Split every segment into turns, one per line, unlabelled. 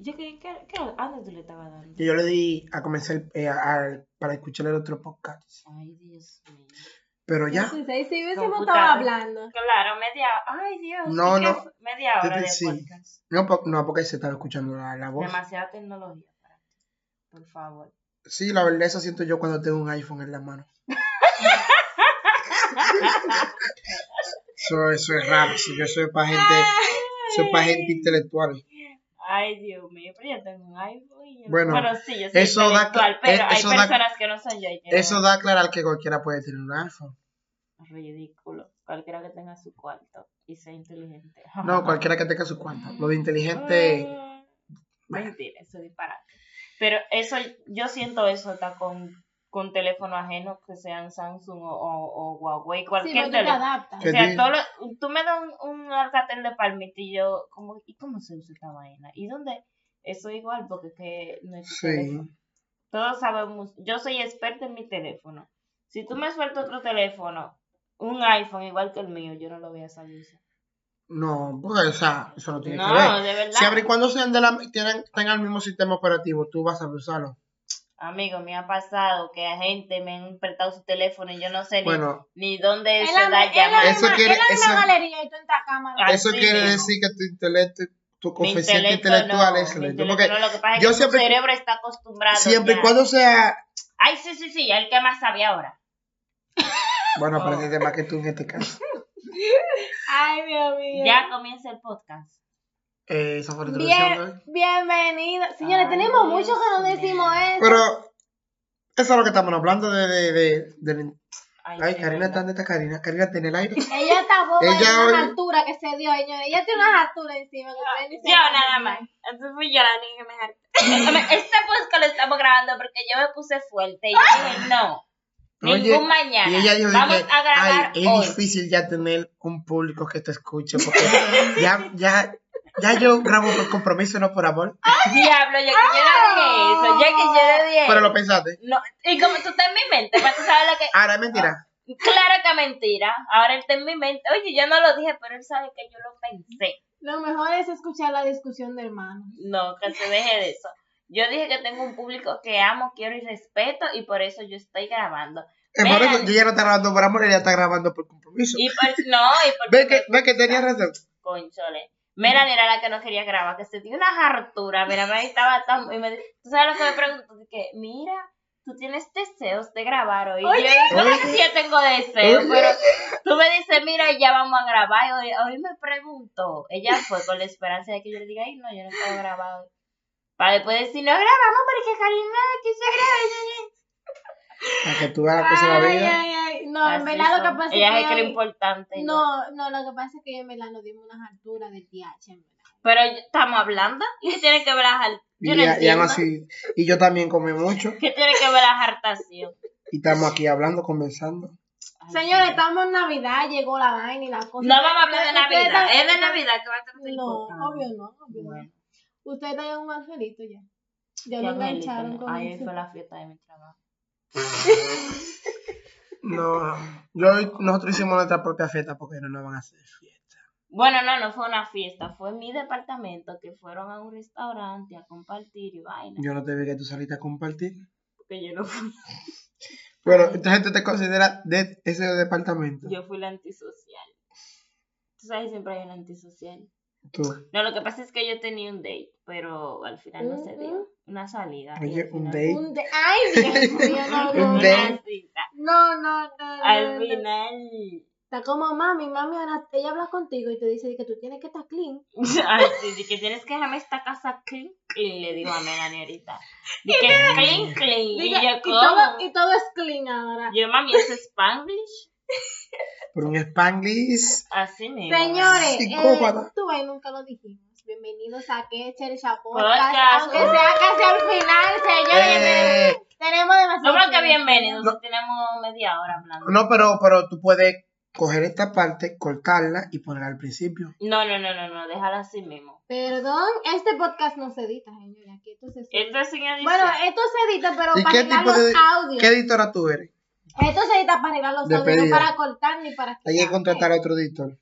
Y yo que, ¿qué, qué anda tú le estabas dando?
Y yo le di a comenzar eh, a- para escuchar el otro podcast.
Ay, Dios mío.
Pero ya,
Entonces, ahí sí hubiésemos
Computador.
estado hablando.
Claro, media Ay, Dios.
No,
¿y qué
no.
fue? Media
Yo
hora
te-
de
sí.
podcast.
no, po- no porque se estaba escuchando la, la voz.
Demasiada tecnología para ti. Por favor.
Sí, la verdad, eso siento yo cuando tengo un iPhone en la mano. eso, eso es raro, sí, yo soy para gente, eso es para gente intelectual.
Ay, Dios mío, pero yo tengo un iPhone. y yo-
Bueno,
sí, yo soy
eso da-
intelectual, pero
eh,
hay
eso da-
personas que no son yo. y que
Eso
no-
da a aclarar que cualquiera puede tener un iPhone.
Ridículo. Cualquiera que tenga su cuarto y sea inteligente.
No, cualquiera que tenga su cuenta. Lo de inteligente,
Ah, Mentira, eso es disparate. Pero eso, yo siento eso está con, con teléfonos ajenos que sean Samsung o, o- o Huawei,
Si
cualquier
no tú te
teléfono.
adaptas.
O
Que
sea,
di-
todo lo- tú me das un, un alcatel de palmitillo, como, ¿y cómo se usa esta vaina? ¿Y dónde? Eso igual, porque es que no es tu
Sí.
teléfono. Todos sabemos, yo soy experta en mi teléfono. Si tú me sueltas otro teléfono, un iPhone igual que el mío, yo no lo voy a saber usar.
no, porque, o sea, eso no tiene que
No,
ver.
de verdad.
Si abre cuando sean de la, tienen, tengan el mismo sistema operativo, tú vas a usarlo.
Amigo, me ha pasado que a gente me han prestado su teléfono y yo no sé ni-
Bueno,
ni, dónde
Él
se da Ah.
anda- él
llamar.
Eso
anda
quiere-
él anda en
eso-
la galería y tú en esta cámara.
Así
eso quiere
mismo.
decir que tu intelecto, tu
Mi
coeficiente
intelecto
intelectual
no,
es
mi
lento.
intelecto
Porque
no, lo que pasa es
yo
que
siempre-
tu cerebro está acostumbrado.
siempre y
ya.
cuando sea
Ay, sí, sí, sí, el que más sabe ahora.
Bueno, pero
Oh.
ese es más que tú en este caso.
Ay, Dios mío.
Ya comienza el podcast.
Eh, esa fue la introducción de
Bien,
hoy.
bienvenido. Señores,
Ay,
tenemos mucho que no
Dios
decimos ¿eh?
mío.
eso.
Pero eso es lo que estamos hablando de... de, de, de- Ay,
sí,
Karina,
verdad.
¿dónde está Karina? Karina tiene el aire.
Ella está boba
Pues, Ella
de
hoy-
unas alturas que se dio, señores. Ella tiene unas alturas encima. que ustedes ni se
Yo nada más.
imaginan.
Entonces fui yo la niña que me harté. Este podcast lo estamos grabando porque yo me puse fuerte y yo dije, no.
Oye,
Ningún mañana.
Y ella dijo
Vamos
de que,
a grabar
ay, es
hoy.
difícil ya tener un público que te escuche, porque ya, ya, ya yo grabo por compromiso, no por amor.
Diablo, ya que yo no dije eso, ya que yo no dije
Pero lo pensaste.
No, y como tú estás en mi mente, para tú sabes lo que.
Ahora es mentira.
Claro que mentira. Ahora él está en mi mente. Oye, yo no lo dije, pero él sabe que yo lo pensé.
Lo mejor es escuchar la discusión de hermanos.
No, que se deje de eso. Yo dije que tengo un público que amo, quiero y respeto, y por eso yo estoy grabando.
Es Eh, por eso,
Vean.
yo ya no está grabando por amor, ella está grabando por compromiso.
Y por, no, y por
Ve que, ve que tenía razón.
Conchole. Melanie era la que no quería grabar, que se dio una hartura. Mira, me estaba tan. Y me, di- tú sabes lo que me preguntó, de que mira, tú tienes deseos de grabar hoy. Y yo, claro que sí, yo tengo deseos,
Oye.
pero tú me dices, mira, ya vamos a grabar. Y hoy, hoy me preguntó. Ella fue con la esperanza de que yo le diga, ay, no, yo no quiero grabar hoy. Para después decir, no grabamos porque Karina quiso grabar.
Para que tú veas la cosa de la
Ay,
vida.
ay, ay. No, en
Así
verdad lo que
son.
pasa
Ella
es
se cree
que. hoy-
importante.
No, no, lo que pasa es que en verdad nos dimos unas alturas de TH, en verdad.
Pero estamos hablando. ¿Y qué tiene que ver la jal- yo no
Y, ya- y aún
entiendo.
así, y yo también comí mucho.
¿Qué tiene que ver la hartación?
Y estamos aquí hablando, conversando.
Señores, estamos en Navidad, llegó la vaina y la cosa.
No vamos a hablar de
Ustedes- ustedes
Navidad.
están-
Es de Navidad que va a estar
No, obvio no, obvio no. Usted está un angelito ya. Ya lo engancharon con
Ahí
eso.
fue la fiesta de mi trabajo.
No, yo, nosotros hicimos nuestra propia fiesta porque no nos van a hacer fiesta.
Bueno, no, no fue una fiesta. Fue en mi departamento que fueron a un restaurante a compartir y vaina.
Yo no te vi que tú saliste a compartir.
Porque yo no fui.
Pero entonces tú te consideras de ese departamento.
Yo fui la antisocial. Tú sabes, siempre hay un antisocial.
Tú.
No, lo que pasa es que yo tenía un date, pero al final no se dio. Una salida. y
Oye,
al
un
final-
date.
Un de- Ay, Dios mío, no, no,
Un
no.
de-
Una
date.
cita.
No, no, no, no,
Al
no.
final.
Está como mami, mami ahora ella habla contigo y te dice que tú tienes que estar clean.
Ay, Ah, sí, de que tienes que dejarme esta casa clean, clean, le digo a Melanie ahorita. De que clean, clean. Y
Diga,
yo,
y, todo,
¿cómo?
y todo es clean ahora.
Yo, mami, ¿eso es Spanglish?
Por un Spanglish.
Así mismo.
Señores, eh,
Psicópata.
tú ahí nunca lo dijimos. Bienvenidos a este Ketcher Chapota.
Podcast. Uh.
Aunque sea casi al final, señores.
Eh,
Tenemos demasiado.
No creo que
tiempo.
bienvenidos,
No.
tenemos media hora hablando.
no, pero, pero tú puedes coger esta parte, cortarla y ponerla al principio.
No, no, no, no, no, déjala así mismo.
Perdón, este podcast no se edita, señores. Aquí esto se sube.
Esto es sin edición.
Bueno, esto se edita, pero
¿Y
para
qué
arreglar
tipo
los
de-
audios.
¿Qué editora tú eres?
Esto se edita para arreglar los
De
audios, no
pedido.
para cortar ni para
Hay que contratar a otro editor.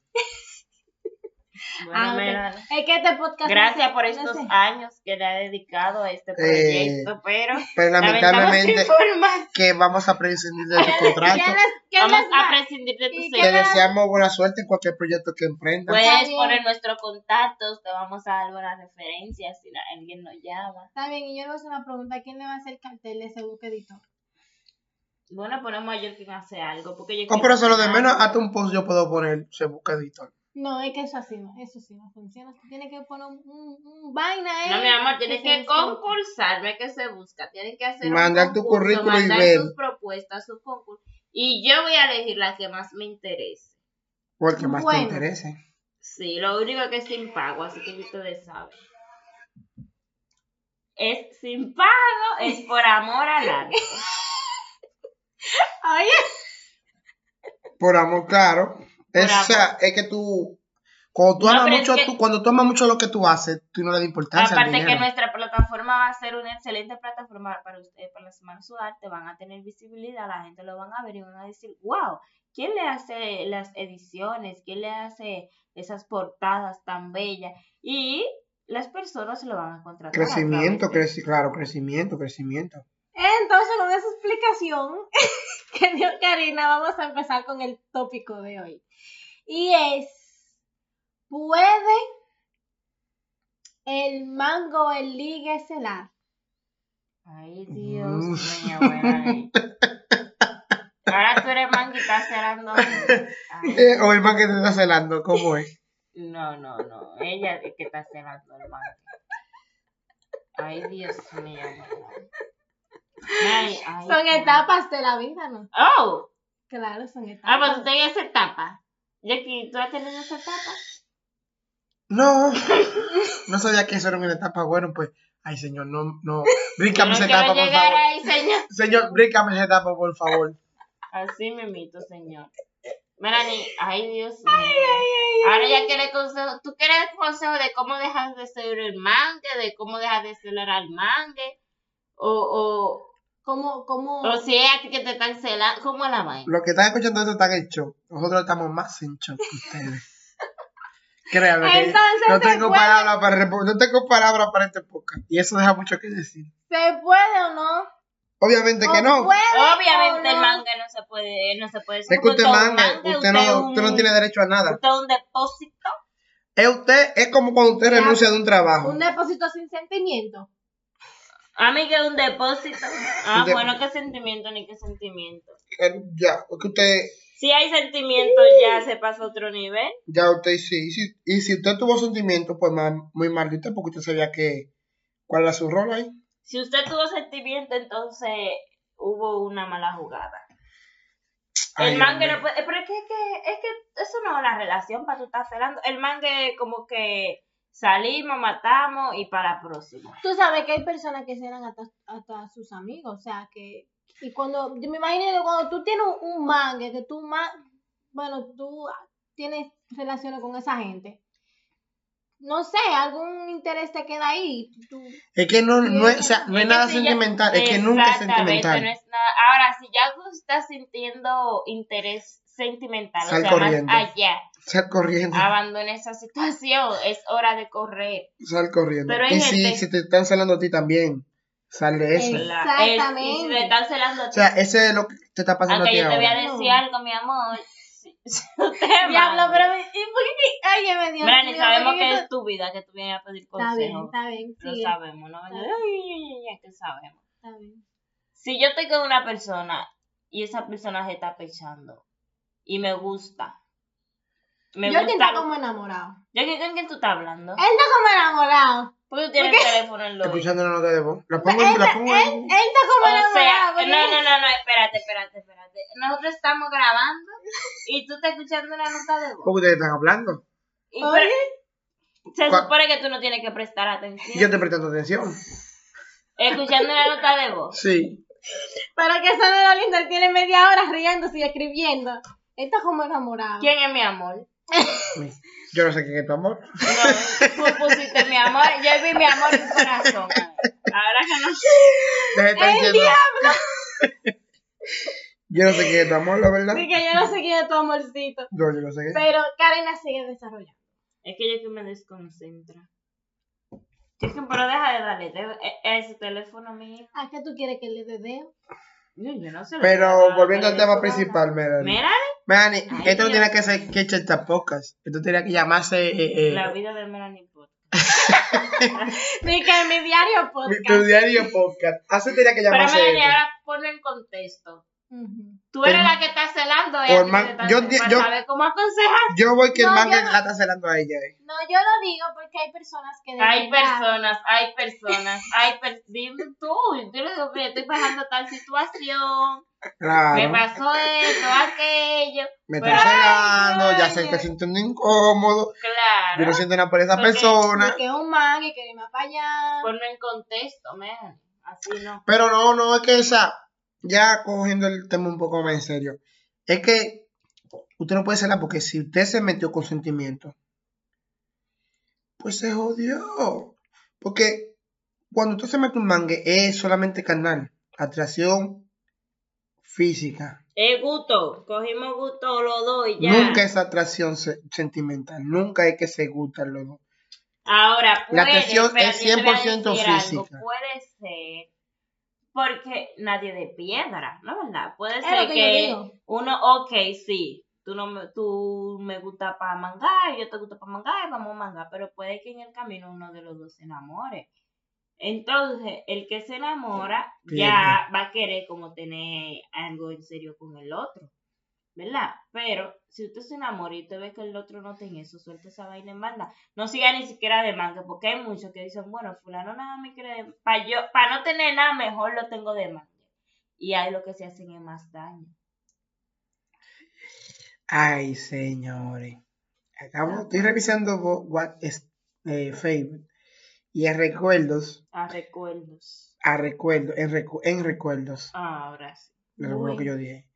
Bueno,
Ah, ok.
Melanie,
Es que este podcast.
Gracias por estos
No sé.
años que le ha dedicado a este proyecto, pero
Pero
lamentablemente
lamentablemente que vamos a prescindir de tu
¿Qué
contrato.
les, qué
vamos
les
a
va?
prescindir de tu
¿Y qué
Te
servicio.
les-
deseamos buena suerte en cualquier proyecto que emprendas.
Está
Puedes
bien.
Pues, poner nuestros contactos, te vamos a dar buenas referencias si la- alguien nos llama.
Está bien, y yo le voy a hacer una pregunta. ¿Quién le va a hacer el cartel de ese buque editor?
Bueno, ponemos a Jorkin a hacer algo, porque yo
Oh, pero solo de menos, hasta un post yo puedo poner, se busca editor.
No, es que eso así no, eso sí no funciona. Tú tienes que poner un, un, un vaina ahí.
No, mi amor, tienes
se
que
busque.
concursar, ve que se busca, tienes que hacer
Mandar
un
tu
concurso,
currículum y
mandar
ver.
tus propuestas, tus concursos, y yo voy a elegir la que más me interese.
O el que más
Bueno.
te interese.
Sí, lo único que es sin pago, así que ustedes saben. Es sin pago, es por amor al arte.
Oye,
Por amor, claro. Es,
Por
o sea, es que tú, cuando tú,
No,
amas
pero es
mucho,
que-
tú- cuando tú amas mucho lo que tú haces, tú no le das importancia al
Aparte que
dinero.
nuestra plataforma va a ser una excelente plataforma para ustedes, para la Semana de su arte, van a tener visibilidad, la gente lo van a ver y van a decir, wow, ¿quién le hace las ediciones? ¿Quién le hace esas portadas tan bellas? Y las personas lo van a contratar. a
Crecimiento,
través de-
creci- claro, crecimiento, crecimiento.
entonces con esa explicación que dio Karina, vamos a empezar con el tópico de hoy. Y es, ¿puede el mango, el ligue celar?
Ay, Dios mío, bueno. Ahora tú eres manguita cerrando. Ay,
Eh, o el man que te está celando, ¿cómo es?
No, no, no. Ella es que está cerrando el mangue. Ay, Dios mío. bueno. Ay, ay,
Son
ay.
etapas de la vida, ¿no?
Oh,
Claro, son etapas.
ah, pero tú tenías esa etapa. Jackie, ¿tú has tenido esa etapa?
No, no sabía que eso era una etapa. Bueno, pues, ay, señor, no, no, bríncame
Yo
esa
no quiero
etapa, por
llegar
favor.
ahí, señor.
Señor, bríncame esa etapa, por favor.
Así me mito, señor. Melanie, pues, ay, Dios mío. Ahora ya quieres consejo, tú quieres consejo de cómo dejar de ser el mangue, de cómo dejar de celar al mangue, o,
¿Cómo, cómo?
o, o si es a ti que te están celando, ¿cómo es la vaina?
Los que están escuchando esto están en shock. Nosotros estamos más en shock que ustedes. Créanme que
Entonces,
no
¿se
tengo
puede?
palabras para repo- no tengo palabras para este podcast. Y eso deja mucho que decir.
¿Se puede o no?
Obviamente que
¿O
no.
puede
Obviamente
o
el
no?
mangue no se puede, no se puede
Es que usted
es un
manda, usted
es
no,
un-
usted no tiene derecho a nada.
usted es un depósito.
Es usted, es como cuando usted
Ya.
renuncia de un trabajo.
Un depósito sin sentimiento.
A mí que es Ah, un depósito. Ah,
Un dep-
bueno, qué sentimiento, ni qué sentimiento.
Eh, Ya, es que usted
Si hay sentimiento, ya se pasa a otro nivel.
Ya usted sí, y si, y si usted tuvo sentimientos, pues ma- muy mal de usted, porque usted sabía que cuál era su rol ahí.
Si usted tuvo sentimiento, entonces hubo una mala jugada.
Ay,
El pues mangue
hombre.
no puede. Pero es que, es que, es que eso no es la relación para tú estar celando. El mangue, como que salimos, matamos y para la próxima.
Tú sabes que hay personas que celan hasta, hasta sus amigos, o sea que... Y cuando, yo me imagino que cuando tú tienes un, un mangue, que tú más, bueno, tú tienes relaciones con esa gente, no sé, algún interés te queda ahí. Tú,
Es que no, no es, o sea, no es
que
nada
si ya-
sentimental, es que nunca es
Exactamente,
sentimental.
no es nada- Ahora, si ya tú estás sintiendo interés sentimental,
Sal
o sea,
corriendo.
más allá,
Sal corriendo,
abandona esa situación. Es hora de correr.
sal corriendo.
Pero hay
Y si,
gente-
si te están celando a ti también, sal de eso.
Eh,
La- es- y si
Exactamente.
te están celando a
O
ti,
sea, ese es lo que te está pasando
Aunque yo
a
te
ti
voy a
ahora.
decir
No.
algo, mi amor. Si- si usted es
diablo,
mangue,
pero... me- ¿y por qué? Ay, me dio...
Melanie,
me dio-
sabemos
me
que
dio-
es tu vida que tú vienes a pedir
Está bien,
consejos.
está bien,
Lo
sí,
sabemos, ¿no? Ay,
bien.
ay, ay, ay, que sabemos.
está bien.
Si yo estoy con una persona y esa persona se está pechando y me gusta. Me
Yo
gusta.
está como Eh, enamorado.
Yo que con quién tú estás hablando.
Él está como enamorado.
Porque tú tienes el teléfono en lo.
Escuchando la nota de voz. La
Él,
pongo,
él,
la pongo.
él está como
O sea,
enamorado.
no,
porque-
no, no, no, espérate, espérate, espérate. Nosotros estamos grabando y tú estás escuchando una nota de voz.
Porque ustedes están hablando.
Y
Oye.
pero- se
Cua-
supone que tú no tienes que prestar
Y
atención.
yo te prestando atención.
Escuchando una nota de voz.
Sí.
Pero que eso no era lindo, él tiene media hora riéndose y escribiendo. Él está como enamorado.
¿Quién es mi amor?
Yo no sé quién es tu
No,
amor.
tú pusiste mi amor, yo vi mi amor en tu corazón. Ahora que no
Deja de estar
¡El
diciendo,
diablo!
Yo no sé quién es tu amor, la verdad.
Así que yo no sé quién es tu amorcito.
No, yo no sé quién.
Pero Karina sigue desarrollando.
Es que yo que me desconcentra. Yo que, pero deja de darle te- e- ese teléfono mío.
¿A qué tú quieres que le dé dedo?
Yo, yo no sé. lo que
Pero
hablaba,
volviendo al
pero-
tema principal, Melanie.
Mira
Melanie,
Ay,
esto no
Dios.
tiene que ser que echar pocas. Esto tiene que llamarse eh, eh,
la vida de Melanie Pot.
Ni que en mi diario
mi- tu
podcast.
diario podcast. Así tiene que
Pero
llamarse.
Melanie,
esto.
ahora ponlo en contexto.
Ujú.
Tú eres
Por-
la que está celando.
por
ella tiene
man-
que estar-
yo di-
para
yo-
saber cómo aconsejar.
Yo voy que el
No,
manga
yo no-
la está celando a ella. eh.
No, yo lo digo porque hay personas que de
Hay
verdad-
personas, hay personas, hay personas. Dime tú, yo le digo, mira, estoy pasando tal situación, me
Claro.
pasó esto, aquello.
Me
Pero-
está cegando, ya
Ay,
se
no.
te siento un incómodo.
Claro.
Yo no siento nada por esa
Porque-
persona.
Ni que un man y que más para allá.
Ponlo en contexto, man. Así no.
Pero no, no, es que esa, ya cogiendo el tema un poco más en serio, es que usted no puede hacerla porque si usted se metió con sentimiento, pues se jodió. Porque cuando usted se mete un mangue es solamente carnal, atracción física.
Es gusto, Eh, cogimos gusto, lo doy ya.
Nunca es atracción se- sentimental, nunca es que se gustan los dos.
Ahora, puede,
La atención
espérate,
es
yo te voy a
100%
decir algo.
física.
Puede ser porque nadie de piedra, ¿no es verdad? Puede
Es
ser
lo que yo
que
digo.
uno, ok, sí, tú, no me, tú me gusta para mangar, yo te gusta para mangar, vamos a mangar, pero puede que en el camino uno de los dos se enamore. Entonces, el que se enamora ya va a querer como tener algo en serio con el otro. ¿Verdad? Pero si usted se enamora y usted ve que el otro no tiene eso, suelta esa vaina en banda. No siga ni siquiera de manga, porque hay muchos que dicen, bueno, fulano nada me quiere de para yo Para no tener nada, mejor lo tengo de manga. Y ahí lo que se hacen es más daño.
Ay, señores. Acabo, estoy revisando vo- what es, eh, Facebook y en recuerdos,
A recuerdos.
a recuerdo, en, recu- en recuerdos,
Ahora sí.
de lo bueno que
Uy.
yo dije.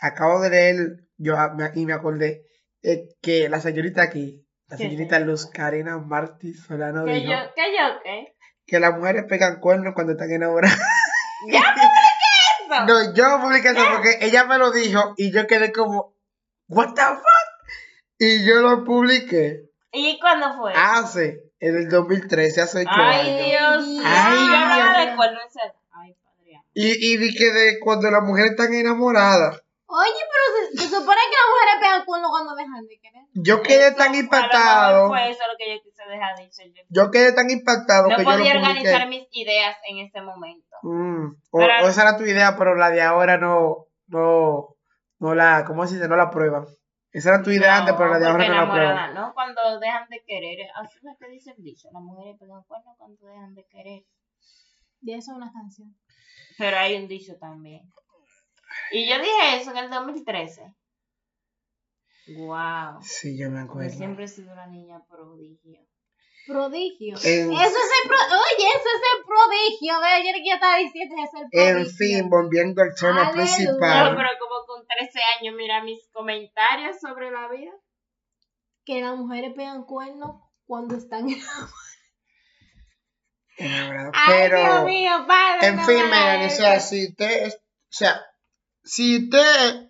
Acabo de leer yo a- me- y me acordé eh, que la señorita aquí, la
¿Qué
señorita Luz Karina Martí Solano
Que
dijo
yo, que yo, ¿qué?
que las mujeres pegan cuernos cuando están enamoradas.
¡Ya publiqué eso!
No, yo publiqué eso porque ella me lo dijo y yo quedé como, what the fuck? Y yo lo publiqué.
¿Y cuándo fue?
hace en el 2013, hace ocho
Ay,
años.
Dios.
Ay,
mío.
Dios.
yo hablaba de cuernos. en serio. Ay, padre. amado.
Y, y di que de cuando las mujeres están enamoradas,
Oye, pero se, se supone que las mujeres pegan cuerno cuando dejan de querer.
yo quedé tan
A lo mejor
impactado,
fue eso lo que yo quise dejar dicho. Yo
yo quedé tan impactado
no
que yo lo
podía
publiqué.
organizar mis ideas en ese momento.
Mm, o,
Pero-
o esa era tu idea, pero la de ahora no, no, no la, ¿cómo se dice? No la prueban. Esa era tu idea antes, pero la de ahora
porque
no la
enamorada,
prueban.
¿no? Cuando dejan de querer, así es que dice el dicho, las mujeres pegan cuernos cuando dejan de querer.
Y eso es una canción.
Pero hay un dicho también. Y yo dije eso en el 2013. Wow.
Sí, yo me
Yo
acuerdo.
Pues siempre he sido una niña prodigio.
Prodigio.
En-
Eso es el pro... Oye, eso es el prodigio. Ve, ayer que yo estaba diciendo es el prodigio.
En fin, volviendo al tema
Aleluya.
principal.
No, pero como con 13 años, mira mis comentarios sobre la vida.
Que las mujeres pegan cuernos cuando están enamoradas.
Enamorado,
Ay,
pero...
Dios mío, padre.
En
no
fin,
me haga
Melanie, o
eso.
sea, si usted, es- o sea, si usted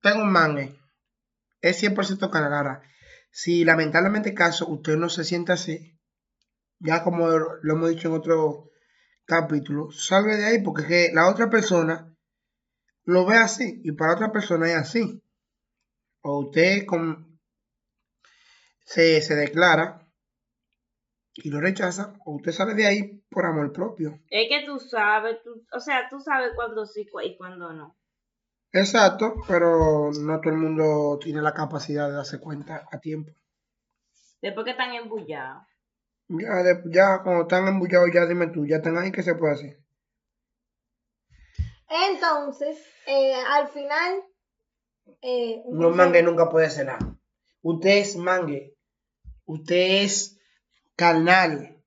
tengo un mangue, es 100% canal ahora. Si lamentablemente caso usted no se siente así, ya como lo hemos dicho en otro capítulo, salve de ahí porque es que la otra persona lo ve así y para otra persona es así. O usted con- se, se declara y lo rechaza, o usted sale de ahí por amor propio.
Es que tú sabes, tú, o sea, tú sabes cuándo sí cu- y cuándo no.
Exacto, pero no todo el mundo tiene la capacidad de darse cuenta a tiempo.
Después que están embullados.
Ya, de- ya cuando están embullados, ya dime tú, ya están ahí, ¿qué se puede hacer?
Entonces, eh, al final. Eh, un
No
consejo-
mangue nunca puede ser nada. Usted es mangue. Usted es carnal.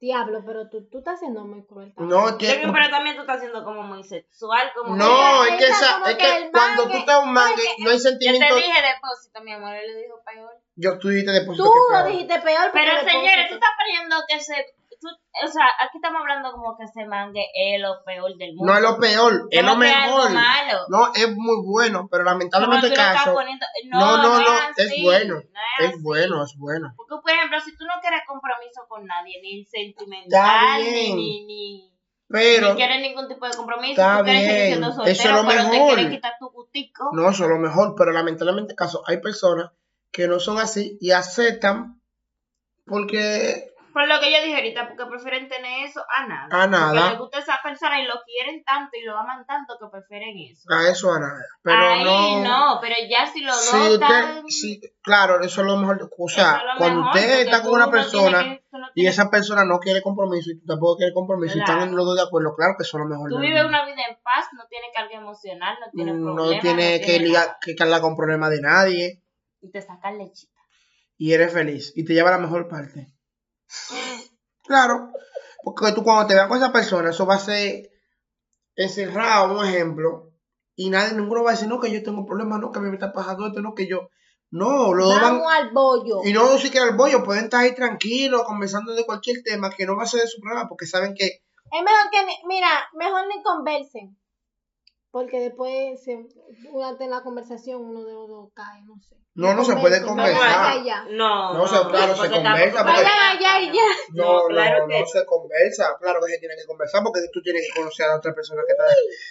Diablo, pero tú, tú estás siendo muy cruel. también.
No, que-
Yo creo, pero también tú estás siendo como muy sexual, como
no,
que-
es que, esa-
Como
es
que
que
el
cuando tú
mangue-
estás un mangue, no hay
Yo te
sentimiento.
dije depósito, mi amor, él le dijo peor.
Yo tú dijiste después.
Tú lo dijiste peor. porque
Pero
le
señores, tú
pusiste-
estás poniendo que se. Tú, o sea, aquí estamos hablando como que ese mangue es lo peor del mundo.
No es lo peor, es
Como
lo
que algo
mejor.
malo.
No, es muy bueno, pero
Como
lamentablemente
tú
el
lo estás
caso
poniendo- eh,
No, no, no,
es,
es
así,
bueno,
no
es
así.
bueno, es bueno.
Porque, por ejemplo, si tú no quieres compromiso con nadie, ni
Está
sentimental, ni,
bien.
ni, ni,
Pero
ni quieres ningún tipo de compromiso,
Está
tú quieres seguir
bien,
siendo
eso
soltero,
es lo
pero te
mejor.
quieres quitar tu gustico.
no eso es lo mejor, pero lamentablemente el caso hay personas que no son así y aceptan porque
Por lo que yo dije ahorita, porque prefieren tener eso a nada.
A nada.
Porque les gusta esa persona y lo quieren tanto y lo aman tanto que prefieren eso.
a eso a nada. Ah, Pero
Ay,
no,
pero ya si lo
si
dos
usted,
están-
si- claro, eso es lo mejor. O
eso es
sea,
lo
cuando
mejor,
usted
porque
está con
tú
una
no tienes
persona
que- tú no
y
tienes-
esa persona no quiere compromiso y tú tampoco quieres compromiso y
Claro.
están los dos de acuerdo, claro que eso es lo mejor.
Tú
del
vives
mundo.
una vida en paz, no tienes carga emocional, no tienes
no
problemas.
tiene que
ligar.
ligar, que cargar con problemas de nadie
Y te sacas lechita.
y eres feliz y te lleva a la mejor parte. Claro, porque tú cuando te veas con esa persona, eso va a ser encerrado, un ejemplo, y nadie, ninguno va a decir, no, que yo tengo problemas, no, que a mí me está pasando esto, no, que yo. No, los dos van.
Vamos al bollo.
Y no siquiera el bollo, pueden estar ahí tranquilos, conversando de cualquier tema que no va a ser de su problema, porque saben que.
Es mejor que, ni- mira, mejor ni conversen. Porque después, se, durante la conversación, uno de los dos cae, no sé.
No, no se puede conversar.
Vayan allá.
No,
No, o sea, claro, se
porque
conversa,
tampoco-
porque-
Vayan allá y ya.
No, no,
claro
no
que-
se conversa. Claro que se tiene que conversar porque tú tienes que conocer a la otra persona que está.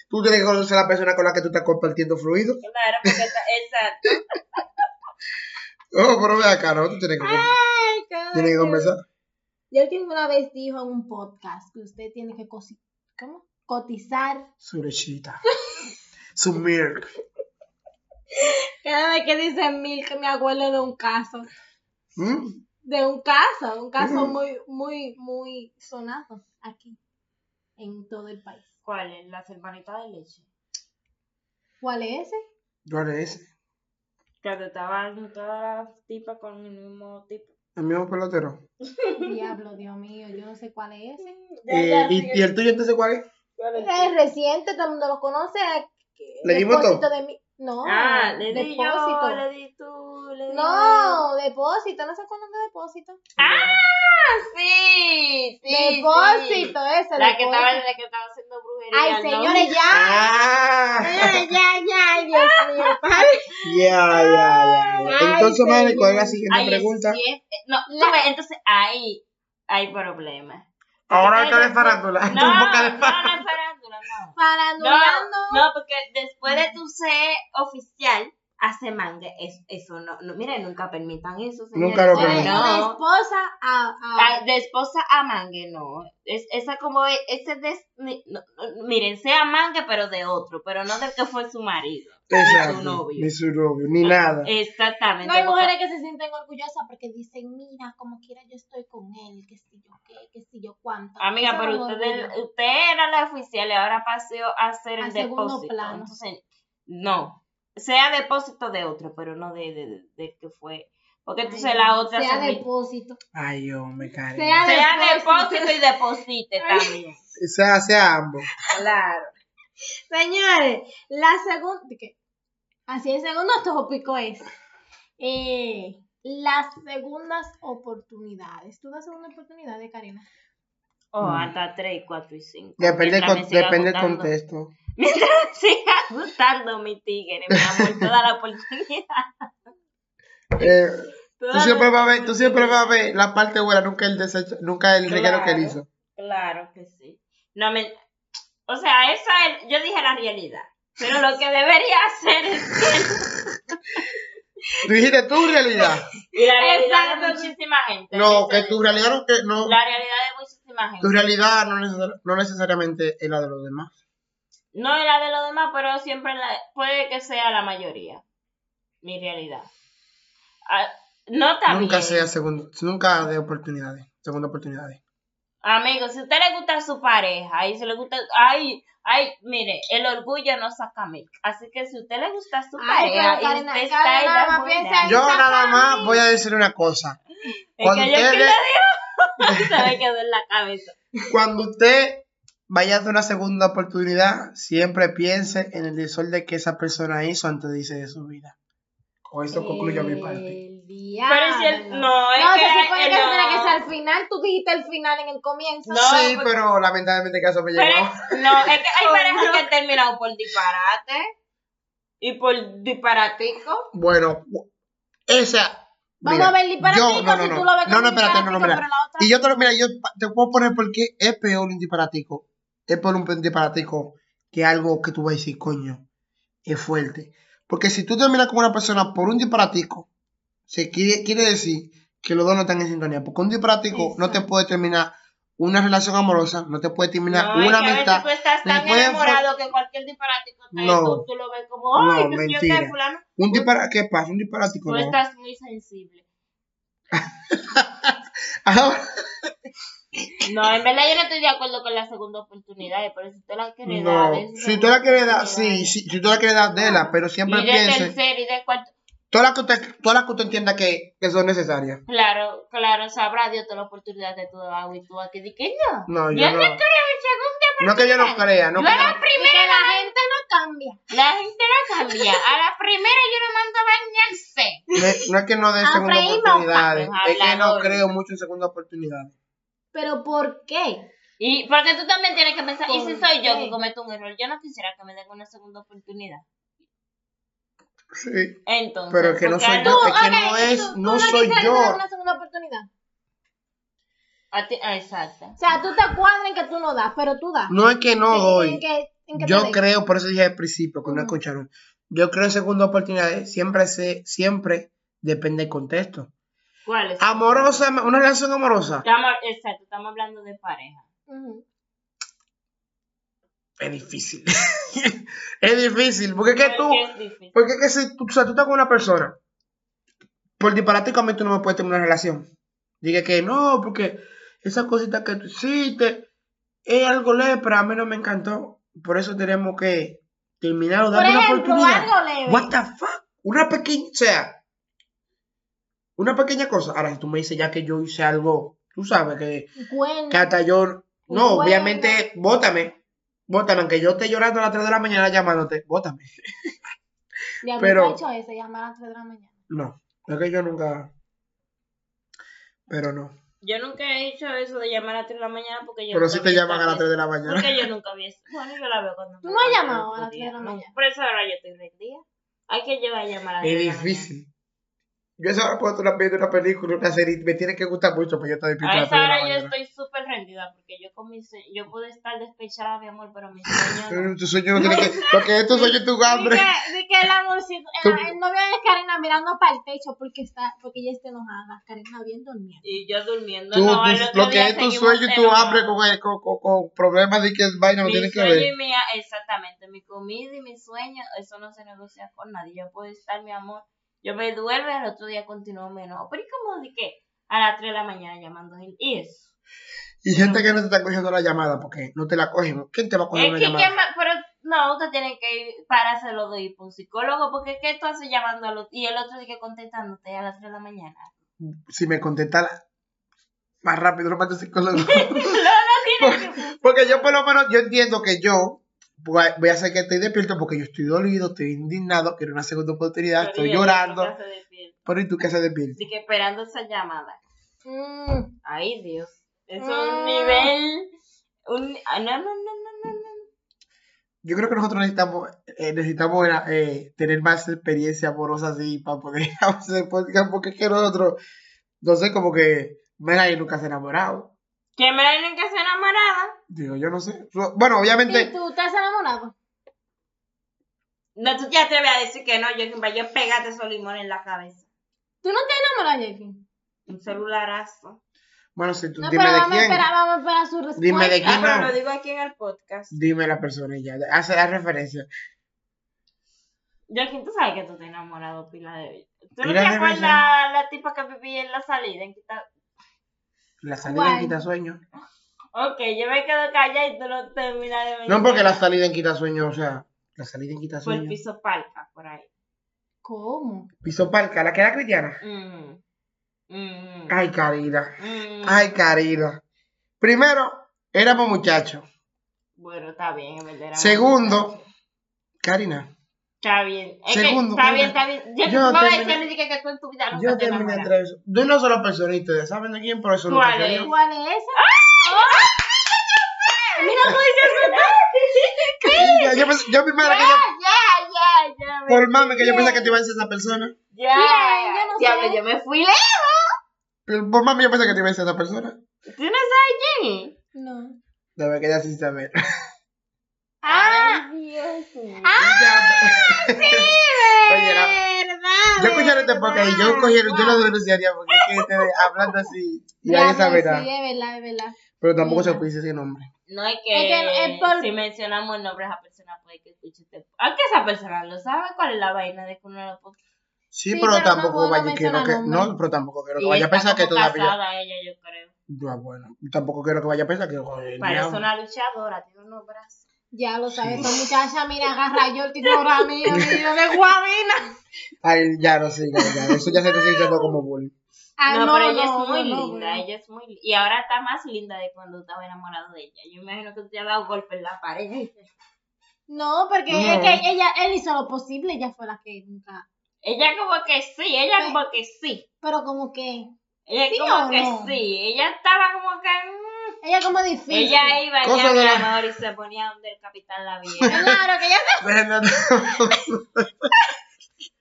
Tú tienes que conocer a la persona con la que tú estás compartiendo fluido.
Claro, porque esa, esa-
No, pero ve acá, no, tú tienes que,
Ay, cada
tienes que
quien.
conversar.
Yo que una vez dijo en un podcast que usted tiene que cosi- ¿cómo? cotizar.
Su lechita. Su milk.
Cada vez que dicen mil que me acuerdo de un caso.
¿Mm?
De un caso, un caso
Mm.
muy, muy, muy sonado aquí, en todo el país.
¿Cuál es? Las hermanitas de leche.
¿Cuál es ese?
¿Cuál es ese?
Cuando estaban todas las tipas con el mismo tipo.
El mismo pelotero.
Diablo, Dios mío, yo no sé cuál es ese.
Eh, y, y el tuyo entonces cuál es?
Es reciente, todo el mundo lo conoce. eh,
¿Le dimos
Depósito
todo?
de mi- No,
Ah, le di
depósito.
yo, le di tú, le di
No, depósito, no se acuerdan de depósito.
Ah, sí, sí.
depósito, ese.
La que,
depósito.
estaba, la que estaba haciendo brujería.
Ay,
¿no?
señores, ya.
¡Ah!
Ya, ya, ya, Dios mío, padre.
Ya, ya, ya, ya.
Ay,
Entonces, madre, ¿cuál es la siguiente
Ay,
pregunta?
sí es- eh, No, tú ves, entonces ahí hay problemas.
Ahora
Ay,
está de
no,
farándula.
No,
Tú
no,
un poco de
no,
farándula.
es farándula, no. No,
Farandulando.
no, porque después de tu ser oficial, hace manga. Es, eso no, no. Miren, nunca permitan eso. señores.
Nunca lo
De,
permitan.
No.
de esposa a, a-
Ay, de esposa a mangue, no. Es, esa como, e- ese des, ni- no, no, miren, sea mangue, pero de otro, pero no del que fue su marido.
Exacto.
Su novio.
Ni su novio, ni nada.
eh. Exactamente.
No hay
porque-
mujeres que se sienten orgullosas porque dicen, mira, como quiera yo estoy con él, que si yo qué, que si yo cuánto.
Amiga,
Eso
pero
es un
usted,
orgullo.
usted era la oficial y ahora pasó a ser el
A segundo
depósito.
plano.
Entonces, no. Sea depósito de otro, pero no de, de, de- de que fue. Porque entonces
Ay,
la otra
Sea
se ri-
depósito.
Ay, yo me caí.
Sea de-
sea
depósito.
depósito y deposite
Ay.
también.
Sea, sea ambos.
Claro.
Señores, la segunda, así el segundo tópico es eh, las segundas oportunidades. ¿Tú das segunda oportunidad de Karina?
O
Mm.
Oh, hasta 3, 4 y 5.
Depende, del con- depende del contexto.
Mientras me siga gustando mi tigre, mi amor, toda la oportunidad.
Eh,
toda
tú
la
siempre vas a ver, tú siempre
oportunidad.
vas a ver la parte buena, nunca el desecho, nunca el reguero que él hizo.
Claro que sí. No me... O sea, esa es, yo dije la realidad. Pero lo que debería hacer es...
Tú dijiste tu realidad.
Y la realidad
Exacto.
de muchísima gente.
No, que tu realidad no, que no,
La realidad de muchísima gente.
tu realidad no, neces- no necesariamente es la de los demás.
No es la de los demás, pero siempre la- puede que sea la mayoría. Mi realidad. Ah, no está
Nunca
bien.
sea segundo, nunca de oportunidades, segunda oportunidades.
Amigos, si a usted le gusta su pareja y si le gusta... Ay, ay, mire, el orgullo no saca milk. Así que si a usted le gusta su
Ay,
pareja
pero
y usted
Karina, Karina,
está en
nada más
la buena-
piensa en-
Yo
está
nada más
bien.
voy a decir una cosa. Cuando
es que yo que
ustedes-
le digo, se me quedó en la cabeza.
Cuando usted vaya a hacer una segunda oportunidad, siempre piense en el desorden que esa persona hizo antes de irse de su vida. Con eso concluyo mi parte.
El
Pero si el-
Diablo.
no, es
no,
que-
se supone que
eh,
eso tiene que
no.
ser al final. Tú dijiste el final en el comienzo.
No,
sí,
porque-
pero lamentablemente caso me
Pero,
llegó.
no, es que hay
Oh,
parejas
no.
que han terminado por disparate y por disparatico.
Bueno, o sea,
Vamos
mira,
a ver el disparatico,
yo- no, no,
si
no.
tú lo ves como
No, no,
un
espérate, no, no,
disparatico,
mira.
pero la otra-
Y yo te lo, mira, yo pa- te puedo poner porque es peor un disparatico. Es peor un disparatico que algo que tú vas a decir, coño, es fuerte. Porque si tú terminas con una persona por un disparatico, se quiere, quiere decir que los dos no están en sintonía. Porque un disparatico no te
Exacto.
puede terminar una relación amorosa, no te puede terminar
no, es
una
que a veces
pues
amistad.
tú estás tan
después fue-
enamorado que cualquier disparatico te
No.
tú, tú lo ves como, ay,
No,
que si yo
mentira.
qué, fulano.
Un dispara- ¿Qué pasa? Un disparatico
Tú
no.
estás muy sensible.
Ahora-
No, en verdad yo no estoy de acuerdo con la segunda oportunidad, eh, pero si tú la quieres dar.
No,
de esa
si tú la quieres dar,
segunda
sí, sí, si tú la quieres dar, déla, pero siempre
oportunidad. Y de
piense,
tercera y de cuarta.
todas las que usted, todas las que usted entienda que, que son necesarias.
Claro, claro, sabrá Dios toda la oportunidad que tú das y tú aquí di que no.
No, yo
yo
no.
te creo en segunda
No que yo no
oportunidad.
crea, no
Yo
que
a la
Y que
primera la
la gente no cambia.
La gente la cambia. A la primera yo no mando a bañarse.
no, es- no es que no dé
Ah,
segunda
freímos,
oportunidades,
papi,
es que no
habladores.
creo mucho en segunda oportunidades.
¿Pero por qué?
Y porque tú también tienes que pensar, ¿y si
¿Por
soy yo
qué?
que cometo un error? Yo no quisiera que me den una segunda oportunidad.
Sí.
Entonces,
Pero es que no
porque
soy
a-
yo.
Tú,
es que
ok,
no es-
tú- tú
no soy
quisieras que
yo.
te dieran una segunda oportunidad.
a ti- ah, exacto.
O sea, tú te cuadras en que tú no das, pero tú das.
No es que no
En-
doy.
en que- en que te
Yo
den.
creo, por eso dije al principio, que no
Ujú.
escucharon. Yo creo en segunda oportunidades, siempre se, siempre depende del contexto.
¿Cuál es?
Amorosa, una relación amorosa
Estamos, exacto, estamos hablando de pareja.
Ujú.
es difícil. es difícil, porque es que tú,
Porque es difícil.
Porque es que si tú, o sea, tú estás con una persona, por disparate como tú no me puedes tener una relación. Dije que no, porque esa cosita que tú hiciste es algo leve, pero a mí no me encantó. Por eso tenemos que terminar o
Por
darle una
ejemplo,
oportunidad.
algo leve.
What the fuck? Una pequeña, o sea, una pequeña cosa. Ahora, si tú me dices ya que yo hice algo, tú sabes que,
Bueno.
que hasta yo, no,
Bueno.
obviamente, bótame. Bótame, aunque yo esté llorando a las 3 de la mañana llamándote, bótame.
De haber
pero-
hecho eso, llamar a las 3 de la mañana.
No, es que yo nunca. Pero no.
Yo nunca he hecho eso de llamar a las 3 de la mañana porque yo.
Pero
nunca
si te
había
llaman a las 3 de la mañana.
Porque yo nunca vi eso. Bueno, yo la veo cuando.
Tú
me
no has
levanto
llamado
otro
a las
día.
tres de la
No,
mañana.
Por eso ahora yo estoy rendida. Hay que llevar a llamar a las
Es
tres de la mañana.
difícil. Yo esa hora puedo estar viendo una película, una serie, me tiene que gustar mucho, pero yo estoy despierto
A
las tres
esa
de la
hora yo
mañana.
estoy súper rendida porque yo con mis sue- yo pude estar despechada, mi amor, pero mis sueños.
Eh, Tu sueño no tiene que. Lo que es tu sueño es tu hambre.
Dije, dije el amorcito,
Tú-
el, el novio de Karina mirando para el techo porque está, porque ella está enojada. Karina bien dormida.
Y yo durmiendo.
Tú-
no, al
tu-
otro
lo que
día
es tu
seguimos
sueño y tu
enojados.
hambre con, el- con, con- con problemas de que es vaina, no
Mi
tiene que
sueño
ver.
y mi, exactamente, mi comida y mi sueño, eso no se negocia con nadie. Yo puedo estar, mi amor, yo me duermo y al otro día continúo menos. Pero ¿y cómo de qué? A las 3 de la mañana llamando gente. Y eso.
Y gente que no te está cogiendo la llamada porque no te la cogen. ¿Quién te va a coger
Es
una
que,
llamada?
¿quién va- pero no, usted tiene que ir para hacerlo de ir por un psicólogo, porque ¿qué tú haces llamando al otro? Y el otro sigue contestándote a las 3 de la mañana.
Si me contestara más rápido, lo mando al psicólogo.
no, no tiene que.
Porque yo por lo menos, yo entiendo que yo voy a- voy a hacer que estoy despierto porque yo estoy dolido, estoy indignado, quiero una segunda oportunidad, estoy llorando. Pero ¿y tú qué se despierto?
Así que esperando esa llamada.
Mm,
Ay, Dios. Es
Mm.
un nivel. Un, ah, no, no, no, no, no, no.
Yo creo que nosotros necesitamos eh, necesitamos era, eh, tener más experiencia amorosa así para poder hacer podcast porque es que nosotros, no sé, como que Melanie nunca se ha enamorado.
Que me la nunca se enamorada.
Digo, yo no sé. Yo- Bueno,
¿Y
obviamente,
tú estás enamorado?
No, tú ya te voy a decir que no, yo yo pegate esos limones en la cabeza.
¿Tú no te enamoras, Jackie?
Un celularazo.
bueno, si tú
No,
dime
pero
de
vamos a
quién,
esperar, vamos a esperar su respuesta.
Dime de
Ah,
quién.
pero
no?
lo digo aquí en el podcast.
dime la persona y ya, hace la referencia.
Joaquín, tú sabes que tú te has enamorado pila de ¿Tú no
Pila
te
de
acuerdas
veces.
la tipa que vivía en la salida? En Quita-
La salida en
¿Cuál?
quita sueño.
Ok, yo me quedo callada y tú no terminas de venir.
No, porque la salida en quita sueño, o sea, la salida en quita
Por el
sueño.
piso palca, por ahí.
¿Cómo?
Piso Palca, la que era cristiana.
Mm. Mm.
Ay, Karina.
Mm.
Ay, Karina. Primero, éramos muchachos.
Bueno, está bien, en verdad. era
Segundo.
muy muchacho.
Karina,
Está bien. Es que
Segundo,
está bien,
oiga,
está bien. Yo,
yo
no me voy a
terminé-
decir ni siquiera que tú en tu vida nunca
Yo
te
terminé
enamoras.
tres. De una sola persona y ustedes saben de quién, por eso
¿Cuál
nunca se
es? ¡Ah!
dio.
¿Cuál es esa? ¡Ah!
Mira, pues, tú dices
Ya, Yo, pensé- yo primero que yo-
Ya, ya, ya. me-
por mame que yo pensé que te iba a decir esa persona.
Ya.
Bien, yo no
Diablo,
sé.
yo me fui lejos.
Pero Por mame yo pensé que te iba a decir esa persona.
¿Tú no sabes quién es?
No.
Ya me quedé sin saber.
Ah.
Ay, Dios mío.
Ya. Oye, era-
verdad.
Yo escuché este podcast y yo cogí, el- yo lo
Wow.
denunciaría porque es que ustedes hablando así y
Ya,
nadie
no,
sabe
Sí,
nada.
es verdad, es verdad.
Pero tampoco se
Mira.
puede decir ese nombre.
No es
Es
que,
que es por-
si mencionamos el nombre de esa persona puede que escuche este Aunque esa persona lo sabe cuál es la vaina de que uno lo ponga.
Sí,
Sí,
pero,
pero no
tampoco
puedo
vaya quiero
mencionar
que
nombre.
no, pero tampoco quiero que
Y
vaya a
está
pensar que
como
todavía
casada ella, yo creo.
Ya, bueno, tampoco quiero que vaya a pensar que joder, el
Parece
diablo.
una luchadora, tiene unos brazos.
Ya lo
Sí.
sabes, esa muchacha, mira, agarra yo el titular mío, mío de guabina.
Ay, ya no sé, ya, ya, eso ya se te siente como bullying.
Ah,
no, pero ella
no,
es muy
no, no,
linda,
güey.
ella es muy li- Y ahora está más linda de cuando estaba enamorado de ella. Yo imagino que tú te has dado golpe en la pared.
No, porque
No.
es que ella, él hizo lo posible, ella fue la que nunca.
Ella como que sí, ella como que sí.
Pero como que,
Ella
¿Sí
como
o
que
no?
sí. Ella estaba como que... mm,
ella como difícil.
Ella iba
Cosa
allá
de la-
mi amor y se ponía donde el capitán la viera.
Claro, que ella se,
Pero no-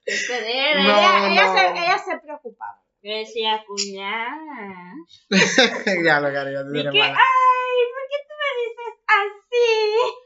Ese de él,
No,
ella-
ella, ella
no.
se, ella se preocupaba.
Yo decía, cuñada.
ya lo cariño, tú
Y
eres
que, ay,
mala.
¿por qué tú me dices así?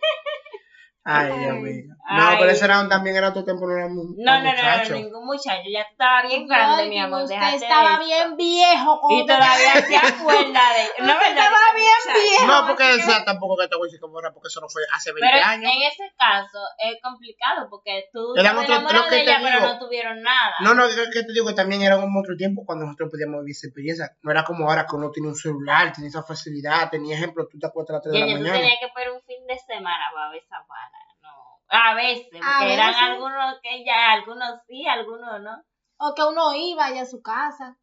Ay, Dios mío. No,
Ay.
pero ese era un- también era tu tiempo, no era un, un
No, no, no, no,
muchacho.
ningún muchacho. Ya estaba bien grande,
Ay,
mi amor.
Usted
déjate de
estaba
eso.
bien viejo. como
Y
que-
todavía se acuerda de
Usted estaba bien viejo.
No, porque
así que-
esa tampoco que te voy a decir como era, porque eso Pues no fue hace 20
Pero
años.
en ese caso es complicado porque tú
Era
estabas
otro-
enamorado
lo que
de
te
ella, pero
digo.
no tuvieron nada.
No, no, es que te digo que también era un otro tiempo cuando nosotros podíamos vivir esa experiencia. No era como ahora que uno tiene un celular, tiene esa facilidad, tenía ejemplo, tú te acuestas a las 3 de
Ya,
la
ya tú
mañana.
tenías que esperar un fin de semana para ver esa pana. No. A veces, porque
A
eran
veces.
algunos que ya, algunos sí, algunos no.
O que uno iba allá a su casa.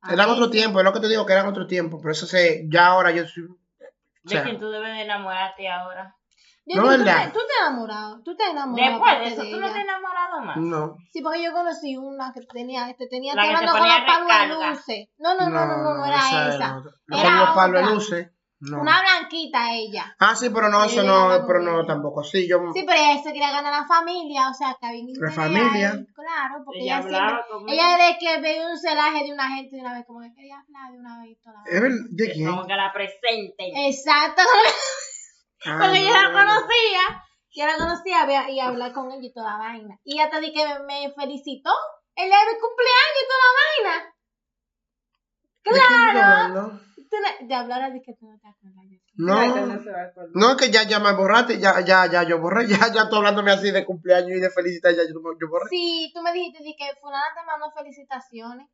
A
Eran
ver.
otro tiempo, es lo que te digo que eran otro tiempo. Por eso se, ya ahora yo soy. o
De
sea,
quien tú debes de enamorarte ahora.
Yo
No,
digo, tú,
¿verdad?
te, tú te has enamorado, tú te has enamorado.
Después de
aparte
eso,
de
tú no
ella.
te has enamorado más.
no.
Sí, porque yo conocí una que tenía, este, tenía
La
que
que te
hablando con
ponía
los palos de
recarga.
luces. No, no, no, no, no, no
esa
era
era
esa.
otra.
Era
Con los palos
otra.
de luces. No.
Una blanquita ella.
Ah, sí, pero no, eso
Sí,
no,
era
pero no
mujer.
tampoco. Sí, yo.
Sí, pero ella se quería ganar la familia, o sea, que había un interés
familia.
ahí, Claro, porque
Ella
ella, siempre...
hablaba conmigo.
Ella desde que veía un celaje de una gente de una vez, como que quería hablar de una vez toda la
¿Es ¿eh? verdad? ¿De quién?
Como que la presente.
Eh.
Exacto,
Ah,
porque yo la
no, no, no.
conocía, yo la conocía había- y hablar con ella y toda la vaina. Y hasta di que me, me felicitó el día de mi cumpleaños y toda la vaina.
¿De quién tú estás hablando?
Tú no- de hablar así que tú no te acuerdas.
No.
se va a acordar.
No, es que ya, ya me borraste, ya, ya, ya, yo borré, ya, ya tú hablándome así de cumpleaños y de felicidad, ya yo, yo borré.
Sí, tú me dijiste di que fulana te mandó felicitaciones.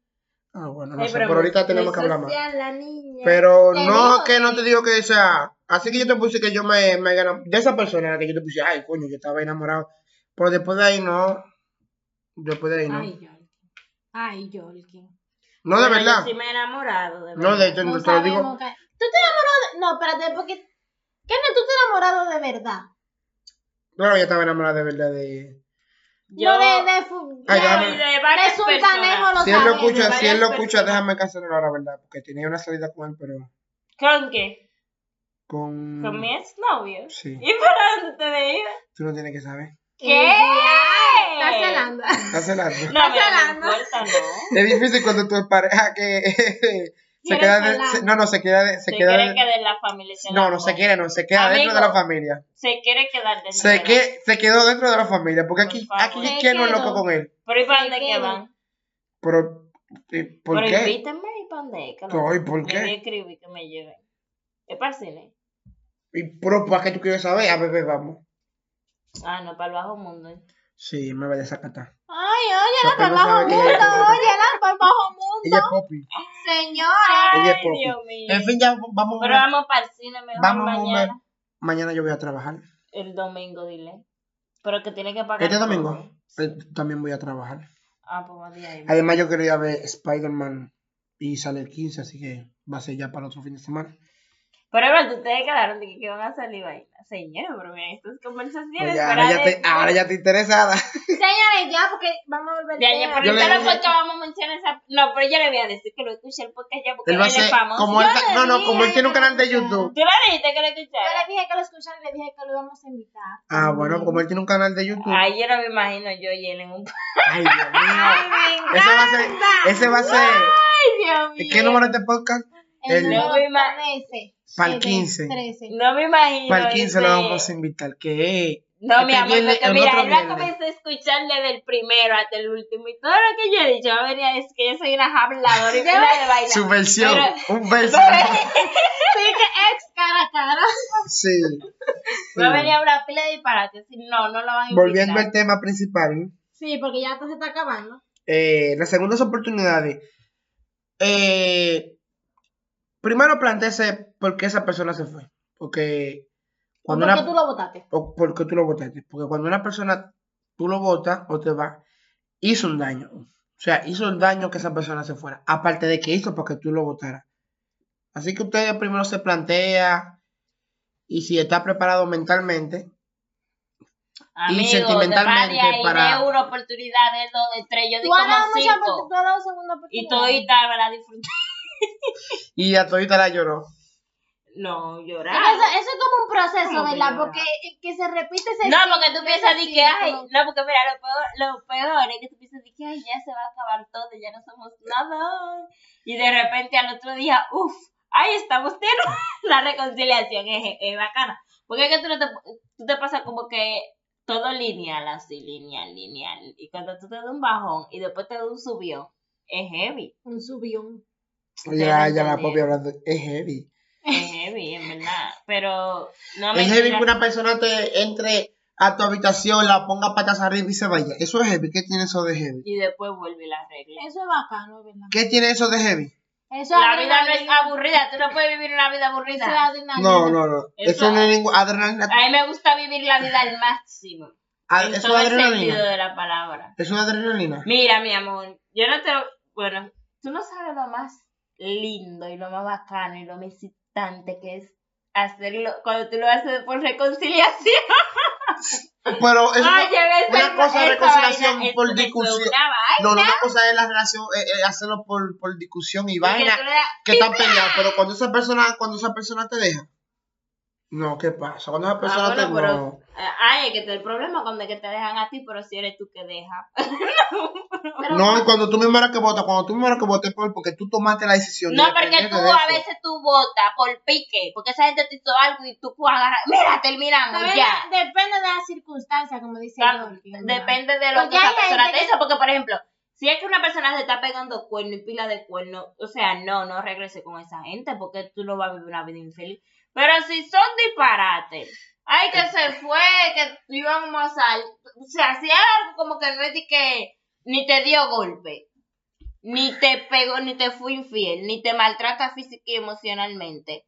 Ah, bueno, no
Ay,
sé,
pero
pero ahorita
muy-
tenemos
muy
que hablar más.
social la niña.
Pero
Te
no,
digo
que no
que-
te digo que sea. Así que yo te puse que yo me, me gané. De esa persona a la que yo te puse, ay, coño, yo estaba enamorado. Pero después de ahí no. Después de ahí no.
Ay, Yolkin. Ay, Yolkin.
no, de
Bueno, yo
verdad.
Sí me he enamorado, de verdad.
No, de hecho,
No
te lo
sabemos
digo.
que... ¿Tú te enamorado de... No, espérate, porque... ¿Qué no? ¿Tú te enamorado de verdad?
Claro, yo estaba enamorado de verdad de.
Yo
No, de... de, fu-
Ay,
Yo
ya
de-
me-
soy de
de
varias
sultanejo
personas.
lo
Si él lo
sabemos.
escucha,
de
si él lo
varias
escucha,
personas.
déjame cancelarlo ahora, ¿verdad? Porque tenía una salida con él, pero.
¿Con qué?
Con.
Con mi exnovio.
Sí.
¿Y para dónde te de ir?
Tú no tienes que saber.
¿Qué?
Estás celando.
Cancelando.
No, me no
hablando?
importa, no.
Es difícil cuando tu pareja que. se
Quieres
queda. de-
celar.
se- no, no, se queda. de- se
Se
queda
quiere
de-
quedar en la familia. se
no,
la
no se
come.
quiere, no, se queda dentro de
Amigo.
la familia.
Se quiere quedar dentro de
se,
la-
que, se quedó dentro de la familia, porque aquí,
Por favor.
aquí ¿quién no es loco con él?
Pero ¿y para
Se
dónde que
queda.
van?
Pero, ¿y ¿por
Pero
qué?
invítenme y para dónde es, que no-
Ay, ¿Por
Yo
qué?
escribí que me lleven. ¿Es para el cine?
¿Y pero, para qué tú quieres saber? A bebé, vamos.
Ah, no, para el bajo mundo. ¿eh?
Sí, me va a desacatar.
Ay, oye,
Pero
la para el
no
bajo
sabe que
mundo,
ella
oye,
está soltera.
la para el bajo mundo.
Ella es Poppy.
Señores,
Ella es
Ay,
profe.
Dios mío.
En fin, ya vamos
Pero
a
vamos para el cine mejor
Vamos a
mañana.
comer. Mañana yo voy a trabajar.
El domingo, dile. Pero que tiene que pagar.
Este
todo.
domingo eh, también voy a trabajar.
Ah, pues más de ahí.
Además, yo quería ver Spider-Man y sale el 15, así que va a ser ya para el otro fin de semana.
Pero bueno, ustedes quedaron de que, que van a salir vainas. Señores, pero miren, estas conversaciones. fuera
Oye, ahora, Pues ya
de-
te, ahora ya te interesada.
Señores, ya, porque vamos a volver.
Ya,
al
ya,
tema.
pero
Yo le-
ahorita no fue que vamos a mencionar esa. No, pero yo le voy a decir que lo escuché el podcast ya porque
Él
él,
va a
es
ser,
famoso.
como él,
Yo
ta-
le
no, no,
dije
como él tiene un
que
canal de
lo
YouTube.
Tú le dijiste que lo
Yo
escuchara.
le dije que lo escuchara y le dije que lo íbamos a invitar.
Ah, bueno, como él tiene un canal de YouTube.
Ay, yo no me imagino yo y él en un.
Ay, Dios mío.
Ay,
Ese va a ser, ese va a ser.
Dios
¿Qué
mío.
número es este podcast?
El
El-
número
No, mi ma-
13.
Pa'l
eh, de
15.
13.
No me imagino.
Para el 15 lo
ese-
vamos a invitar. ¿Qué?
No,
Este
mi amor,
viernes,
porque
el
mira,
otro
él va a
viernes.
comenzar a escuchar desde el primero hasta el último. Y todo lo que yo he dicho, va a venir a decir que yo soy una habladora y una de bailar.
Su versión.
Pero-
Un verso.
Sí, que ex cara a cara.
Sí.
Va a venir
Sí.
a hablar pila de disparates. y No, no lo van a invitar.
Volviendo al tema principal.
Sí, porque ya esto se está acabando.
eh, las segundas oportunidades. Eh, primero planteese por qué esa persona se fue. Porque
¿Por
cuando
qué
una,
tú lo votaste?
o por qué tú lo votaste. Porque cuando una persona tú lo votas o te va, hizo un daño. O sea, hizo el daño que esa persona se fuera. Aparte de que hizo para que tú lo votaras. Así que usted primero se plantea y si está preparado mentalmente,
Amigo,
sentimentalmente
de varias, y
para-
de una oportunidad, de dos, de tres, yo di
Tú has dado
como
muchas oportunidades,
cinco.
tú has dado segunda oportunidad.
Y todita me la disfruté.
y a todita la lloró.
No, llorar.
Eso, eso es como un proceso,
Ay,
¿verdad?
Dios.
Porque eh, que se repite ese
No, porque tú
ciclo,
piensas de
ese
que, ay,
ciclo.
no, porque mira, lo peor, lo peor es que tú piensas de que, ay, ya se va a acabar todo, ya no somos nada. Y de repente al otro día, uff, ahí estamos de nuevo. La reconciliación es, es bacana. Porque es que tú, no te, tú te pasas como que todo lineal, así, lineal, lineal. Y cuando tú te das un bajón y después te das un subión, es heavy.
Un subión.
Ya, ya la
entendieron.
copia hablando. Es heavy.
Es heavy, en verdad. Pero no me
Es heavy que una persona te entre a tu habitación, la ponga patas arriba y se vaya. Eso es heavy. ¿Qué tiene eso de heavy?
Y después vuelve la regla.
Eso es bacano, ¿verdad?
¿Qué tiene eso de heavy?
Eso
La vida no es
adrenalina,
aburrida, tú no puedes vivir una vida
Eso
aburrida.
es adrenalina.
No, no, no. Eso,
Eso-
no es ningún adrenalina.
A mí me gusta vivir la vida al máximo.
a-
en
eso
todo
Ah,
este
es
el sentido
adrenalina.
de la palabra.
Eso es adrenalina.
Mira, mi amor, yo no te. Bueno, tú no sabes lo más lindo y lo más bacano y lo más excitante que es hacerlo cuando tú lo haces por reconciliación.
Pero eso
Oye, ves,
una
esa-
cosa de
esa
reconciliación
vaina,
por
eso- eso es
discusión.
una vaina,
no, no, una cosa es la relación, eh, eh, hacerlo por, por discusión y vaina,
que tú le das-
que están peleadas, pero cuando esa persona, cuando esa persona te deja. No, ¿qué pasa? Cuando esa persona
Ah, bueno,
te
pero-
no.
Ay, es que te- el problema cuando es que te dejan a ti, pero si eres tú que deja.
Pero-
No, y cuando tú mismo eres que votas, cuando tú mismo eres que votes por, porque tú tomaste la decisión.
No, porque tú
independiente de
a
eso.
veces tú votas por pique, porque esa gente te hizo algo y tú puedes agarrar. Mira, terminamos
También
ya.
de- Depende de las circunstancias, como dice
Claro,
Jorge, ¿verdad?
Depende de lo
Porque
que esa
Pues hay
persona
gente
te hizo. Porque, por ejemplo, si es que una persona se está pegando cuerno y pila de cuerno, o sea, no, no regrese con esa gente porque tú no vas a vivir una vida infeliz. Pero si son disparates, ay, que se fue, que íbamos a salir. O sea, si es algo como que no es de que ni te dio golpe, ni te pegó, ni te fue infiel, ni te maltrata física y emocionalmente.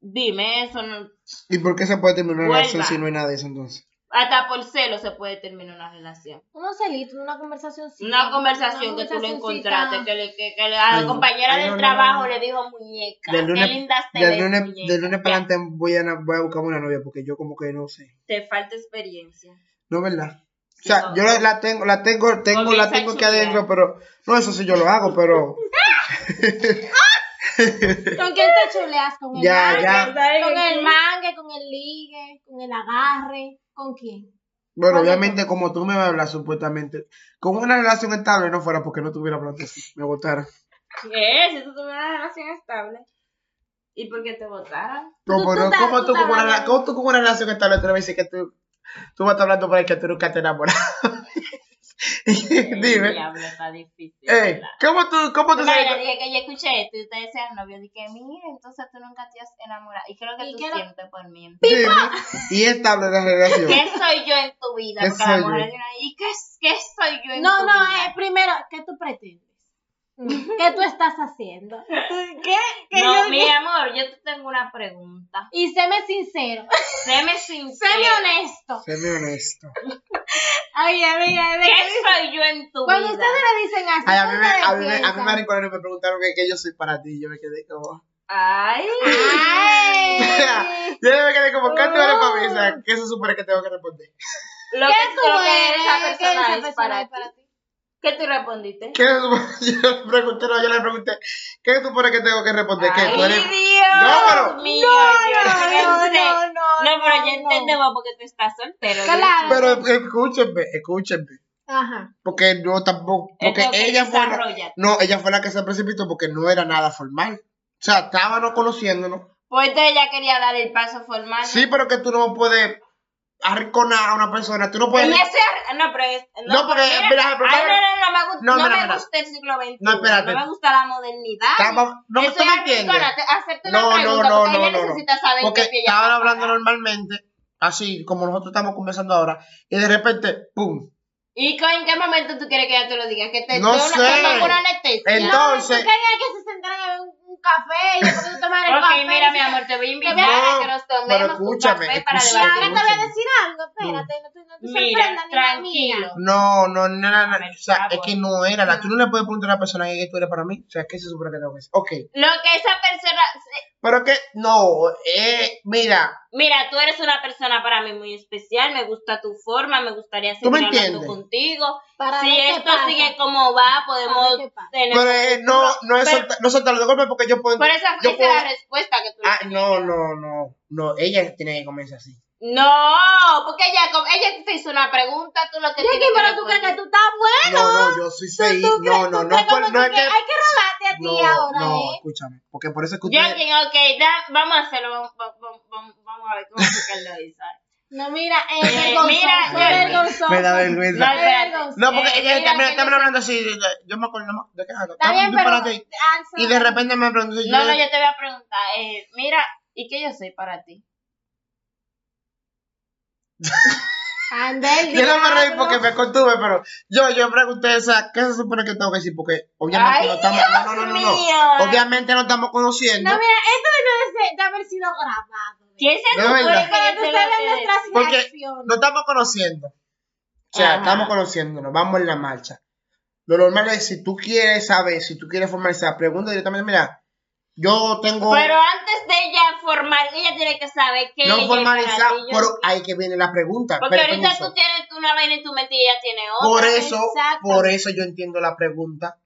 Dime, eso no,
¿Y por qué se puede terminar una
Vuelva.
relación si no hay nada de eso entonces?
hasta por celo se puede terminar una relación.
Unos celitos, una conversación.
Una conversación que tú le encontraste, que, le, que, que le- a
Ay,
la
no.
compañera
Ay,
del
no, no,
trabajo
no, no.
le dijo muñeca.
Del lunes-
Qué linda te
Del
ves,
lunes,
muñeca.
del lunes para adelante voy a, voy a buscarme una novia porque yo como que no sé.
Te falta experiencia.
No, ¿verdad? O
Sí,
sea,
no,
yo
no.
la- la tengo, la tengo, tengo, la
Comienza
tengo
a
aquí adentro,
chulear.
pero no, eso sí yo lo hago, pero
¿Con quién te chuleas? ¿Con el,
Ya,
mangue?
ya.
¿Con el mangue? ¿Con el ligue? ¿Con el agarre? ¿Con quién?
bueno,
Vale.
obviamente como tú me hablas supuestamente, con una relación estable no fuera porque no tuviera prótesis, me votara.
¿Qué? Si tú tuvieras una relación estable. ¿Y por qué te votaron?
No,
Tú-
pero
tú estás-
¿cómo
tú
tú con
estás
una, rela-
hablando-
cómo tú con una relación estable tú me dices que tú, tú vas a estar hablando por ahí que tú nunca te enamoras?
El
Dime,
diablo está difícil.
eh,
¿verdad?
¿cómo tú, cómo tú
Mira,
sabes?
dije que yo escuché esto y ustedes decían novio. Dije, mira, entonces tú nunca te has enamorado. ¿Y qué es lo que
¿Y
tú
qué lo-
sientes por mí?
Dime, y estable la relación.
¿Qué soy yo en tu vida?
¿Qué
Porque la
soy
mujer
yo?
dice, ¿y qué, qué soy yo en
No,
tu
no,
vida?
eh, primero, ¿qué tú pretendes? ¿Qué tú estás haciendo?
¿Qué? no, mi amor, yo te tengo una pregunta.
Y séme sincero,
Séme sincero.
séme honesto.
Séme honesto.
Ay, ay, ay,
¿Qué
ay.
soy yo en tu
Cuando
vida?
ustedes le dicen así,
Ay, a mí me,
ustedes
a mí me, a mí
piensan,
me recordaron y me preguntaron que, que yo soy para ti, yo me quedé como...
Ay.
Ay.
sea, yo me quedé como, ¿qué tú eres para mí? O
Uh.
sea, ¿qué se supone que tengo que responder?
Lo
¿Qué
que
tú
lo que
eres?
esa
¿Qué esa
persona es para ti.
para ti?
¿Qué tú respondiste?
¿Qué se supone? Yo le pregunté, no, yo le pregunté, ¿qué se supone que tengo que responder? ¿Qué tú
Ay,
eres?
Dios
No, pero-
mío, yo no sé. No, pero ya entendemos porque tú estás soltero.
Claro.
Pero escúchenme, escúchenme.
Ajá.
Porque no tampoco, porque ella fue, la-
desarrolla.
no, ella fue la que se precipitó porque no era nada formal. O sea, estábamos conociéndonos.
Pues entonces ella quería dar el paso formal.
Sí, pero que tú no puedes arconar a una persona. Tú no puedes.
En ese ar- no, pero es-
pues- No, porque, mira, pero-
ay, no, no, no me gusta,
No,
no,
mira,
me
mira.
gusta el siglo XXI.
No, espérate.
No me gusta la modernidad.
Estamos- no me
Eso
estás
es
mintiendo.
arrinconarte, Hacerte una
No, no,
pregunta
no,
porque
no,
ella
no. no.
necesita saber
Porque
qué que ella
estaban
va a
hablando
pagar.
normalmente, así como nosotros estamos conversando ahora, y de repente, ¡pum!
¿Y co- en qué momento tú quieres que ella te lo diga? Que te
No
dé una,
sé.
te ponga una anestesia.
Entonces,
¿Tú querías que se sentaran a ver un, un café y después tú tomar el
Ok,
café?
mira, mi amor, te voy a invitar a que nos
pero
tomemos un
escúchame,
café para
Y ahora te
debatir.
escúchame.
voy a decir algo, espérate, no te, no te
Mira,
sorprendas ni nada,
tranquilo.
mira.
no, no, no, no, no,
A ver,
o sea,
chavo.
es que no era la. Tú no le puedes preguntar a una persona que tú eres para mí. O sea, ¿qué se supone que tengo que hacer? Ok.
Lo que esa persona...
Pero que, no, eh, mira,
Mira, tú eres una persona para mí muy especial, me gusta tu forma, me gustaría
¿Tú me
seguir hablando
entiendes?
contigo.
Para
si
ver qué
esto
pasa.
sigue como va, podemos
qué pasa.
tener...
pero eh, no, no es
Pero-
solta- no soltarlo de golpe porque yo puedo.
Por esa,
yo
esa
puedo-
es la respuesta que tú le
Ah,
tenías
no,
que dar.
no, no, no, ella tiene que comenzar así.
No, porque ella, com- ella te hizo una pregunta, tú lo que
Jackie,
tienes
pero tú crees que tú estás bueno.
No, no, yo soy seis.
¿Tú,
No,
tú crees-
no,
tú
no,
crees
por-
como
no
que
es que.
Hay que robarte a ti
No,
ahora,
no,
¿eh?
escúchame. Porque por eso es que
Yo
ustedes.
digo, ok, da- vamos a hacerlo, vamos, vamos- vamos- vamos a ver cómo fue que él lo hizo.
No, mira, es
Eh,
vergonzoso.
mira,
es
yo-
vergonzoso.
Me da vergüenza.
No, espérate.
vergonzoso.
No, porque
Eh,
ella
mira,
también
que
estaban
yo-
hablando así. de- de- Yo me acuerdo, no me- de qué hablo.
Está bien,
Tú
pero...
párate ahí. Y de repente me preguntó.
No, no, yo te voy a preguntar, eh, mira, ¿y qué yo soy para ti?
Andel,
Yo no me reí porque me contuve, pero yo, yo pregunté esa, ¿qué se supone que tengo que decir? Porque obviamente
Ay,
no estamos, no, no, no, no, no.
Dios mío.
obviamente no estamos conociendo,
No, mira, esto no debe de haber sido grabado.
¿Quién se
No,
supone
verdad.
que
Para
yo
que
soy
ustedes
lo
vean
que
nuestras
es?
Porque-
reacciones.
no estamos conociendo, o sea,
Ajá.
estamos conociéndonos, vamos en la marcha. Lo normal es, si tú quieres saber, si tú quieres formalizar, pregunta directamente, mira, yo tengo,
Pero antes de ella formar, ella tiene que saber que
no formalizar,
Por...
pero ahí que viene la pregunta,
Porque
pero
ahorita
permiso.
tú tienes una vaina en tu mente y ella tiene otra.
Por eso,
exacto.
por eso yo entiendo la pregunta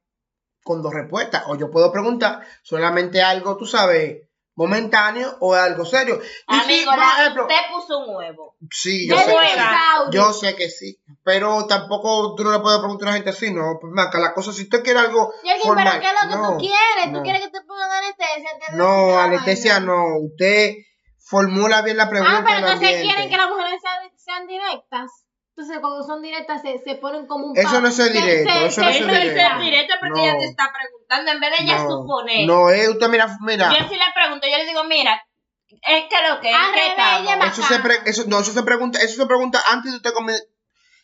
con dos respuestas. O yo puedo preguntar solamente algo, tú sabes, momentáneo o algo serio. Y si,
Amigo,
por
la-
ejemplo,
usted puso un huevo.
sí, yo
Yo
sé
Desde
que
el
sí.
sábado.
Yo sé que sí. Pero tampoco tú no le puedes preguntar a la gente así, no, pues maca, la cosa, si usted quiere algo
pero
formal,
¿qué es lo que
no,
tú quieres?
no.
¿Tú quieres que te pongan anestesia? ¿Te
No,
duele la
anestesia
vaina?
no, usted formula bien la pregunta.
Ah, pero
en el
entonces
ambiente.
quieren que las mujeres sean, sean directas. Entonces, cuando son directas, se, se ponen como un...
Eso
pa-
no es ser
se-
directo,
se-
eso
se-
no es
Eso
ser
es
directo.
ser directo porque
No.
ella te está preguntando. En vez de ella
no,
suponer.
No, eh, usted mira, mira.
Yo sí le pregunto, yo le digo, mira, es que lo que es
Al
que
revés,
estamos.
ella más-
Eso se, pre- eso, no, eso se pregunta, eso se pregunta antes de usted comer.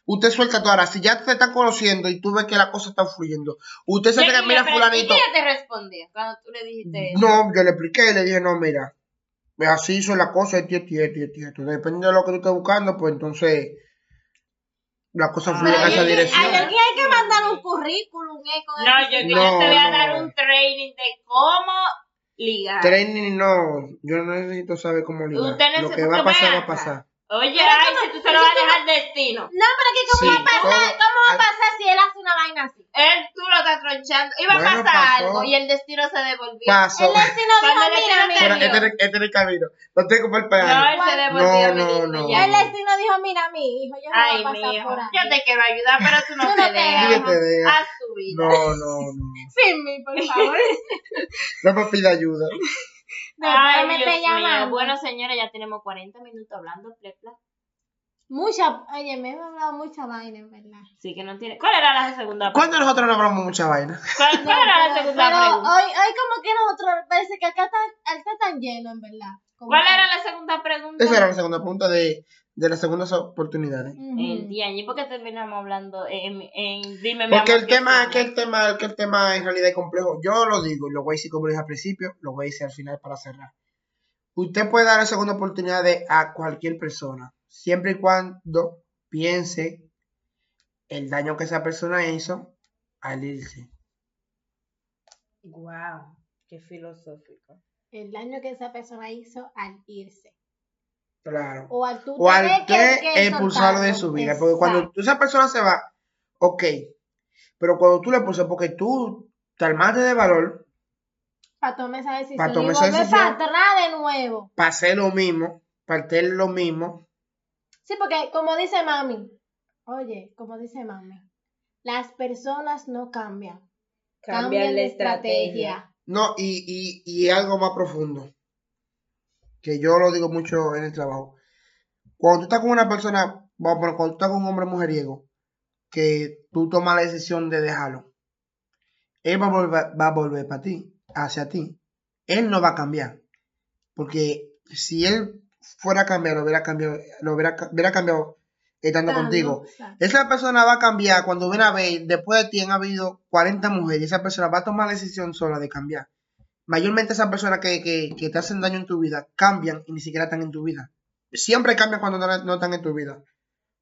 Usted suelta todo ahora. Si ya te están conociendo y tú ves que la cosa está fluyendo, usted se
Yo
que
sí le
mira,
pre-
fulanito.
¿Y qué ella te respondió cuando tú le dijiste eso?
No, yo le expliqué y le dije, no, mira, así son las cosas, esto, esto, esto, esto, esto. Depende este, de lo que tú estés buscando, pues entonces la cosa
Ah,
fluye en
yo-
esa
yo-
dirección.
ay,
Hay alguien hay que mandar un currículum, ¿eh? Con
No,
el-
yo, que yo
No,
te voy a
no.
dar un training de cómo ligar.
Training, no, yo no necesito saber cómo lidiar.
Usted no
Lo
se-
que va a
porque
pasar, va
ven
a pasar.
Oye,
Pero
ay,
¿cómo-
si tú se lo vas a dejar al destino.
No, pero que ¿cómo,
Sí,
va a pasar?
todo-
¿Cómo va
al-
a pasar si él hace una vaina así?
Él, tú lo estás tronchando. Iba a
Bueno,
pasar
pasó.
algo y el destino se devolvió.
Paso.
El destino
Cuando le
dijo, mira,
tiran
Pero
el-
mira.
este es- este es el camino. Lo tengo por
No,
el pedazo.
él se
No,
devolvió. el
no,
destino
no.
y ya.
El destino dijo, mira, mi hijo, yo no
Ay,
voy a pasar
mi hijo,
por ahí.
yo te quiero ayudar, pero tú no
Tú no
te
te dejas.
dejas.
Yo te dejo.
A su vida.
No, no, no.
Sin mí, por favor.
No me pida ayuda.
Ay,
Después me
Dios
te
mío.
llaman.
Bueno, señores, ya tenemos 40 minutos hablando, plepla.
Mucha, oye, me he hablado mucha vaina, en verdad.
Sí que no tiene. ¿Cuál era la segunda pregunta?
¿Cuándo nosotros no hablamos mucha vaina?
¿Cuál, cuál era la
pero,
segunda
pero oh,
pregunta?
hoy, hoy como que nosotros, parece que acá está, acá está tan lleno, en verdad. Como
¿Cuál
que-
era la segunda pregunta?
Esa era la segunda pregunta de, de las segundas oportunidades.
Ujú.
El día, ¿y por qué terminamos hablando Eh, en, en Dime mi
Porque
amor,
el
qué
tema,
sueño?
que el tema, que el tema en realidad es complejo. Yo lo digo, y lo voy a decir como lo dije al principio, lo voy a decir al final para cerrar. Usted puede dar la segunda oportunidad de- a cualquier persona, siempre y cuando piense el daño que esa persona hizo al irse.
Wow, qué filosófico.
el daño que esa persona hizo al irse.
Claro.
O al tú
O al
tener
que expulsarlo
soltarlo.
de su vida. Porque cuando
Exacto.
tú- esa persona se va, ok. Pero cuando tú le expulsas, porque tú te armaste de valor
Para tomar esa decisión.
Para tomar
y
esa
volver
decisión.
para atrás de nuevo.
para hacer lo mismo, para hacer lo mismo.
Sí, porque como dice mami, oye, como dice mami, las personas no cambian.
Cambiar la estrategia.
No, y, y, y algo más profundo, que yo lo digo mucho en el trabajo. Cuando tú estás con una persona, vamos, a poner, cuando tú estás con un hombre mujeriego, que tú tomas la decisión de dejarlo, él va a volver, va a volver para ti, hacia ti. Él no va a cambiar. Porque si él fuera a cambiar, lo hubiera cambiado, lo hubiera, ca- hubiera cambiado estando
Estando,
contigo.
exacto.
Esa persona va a cambiar cuando viene a ver, después de ti han habido 40 mujeres, esa persona va a tomar la decisión sola de cambiar. Mayormente esas personas que, que- que te hacen daño en tu vida cambian y ni siquiera están en tu vida. Siempre cambian cuando no, no están en tu vida.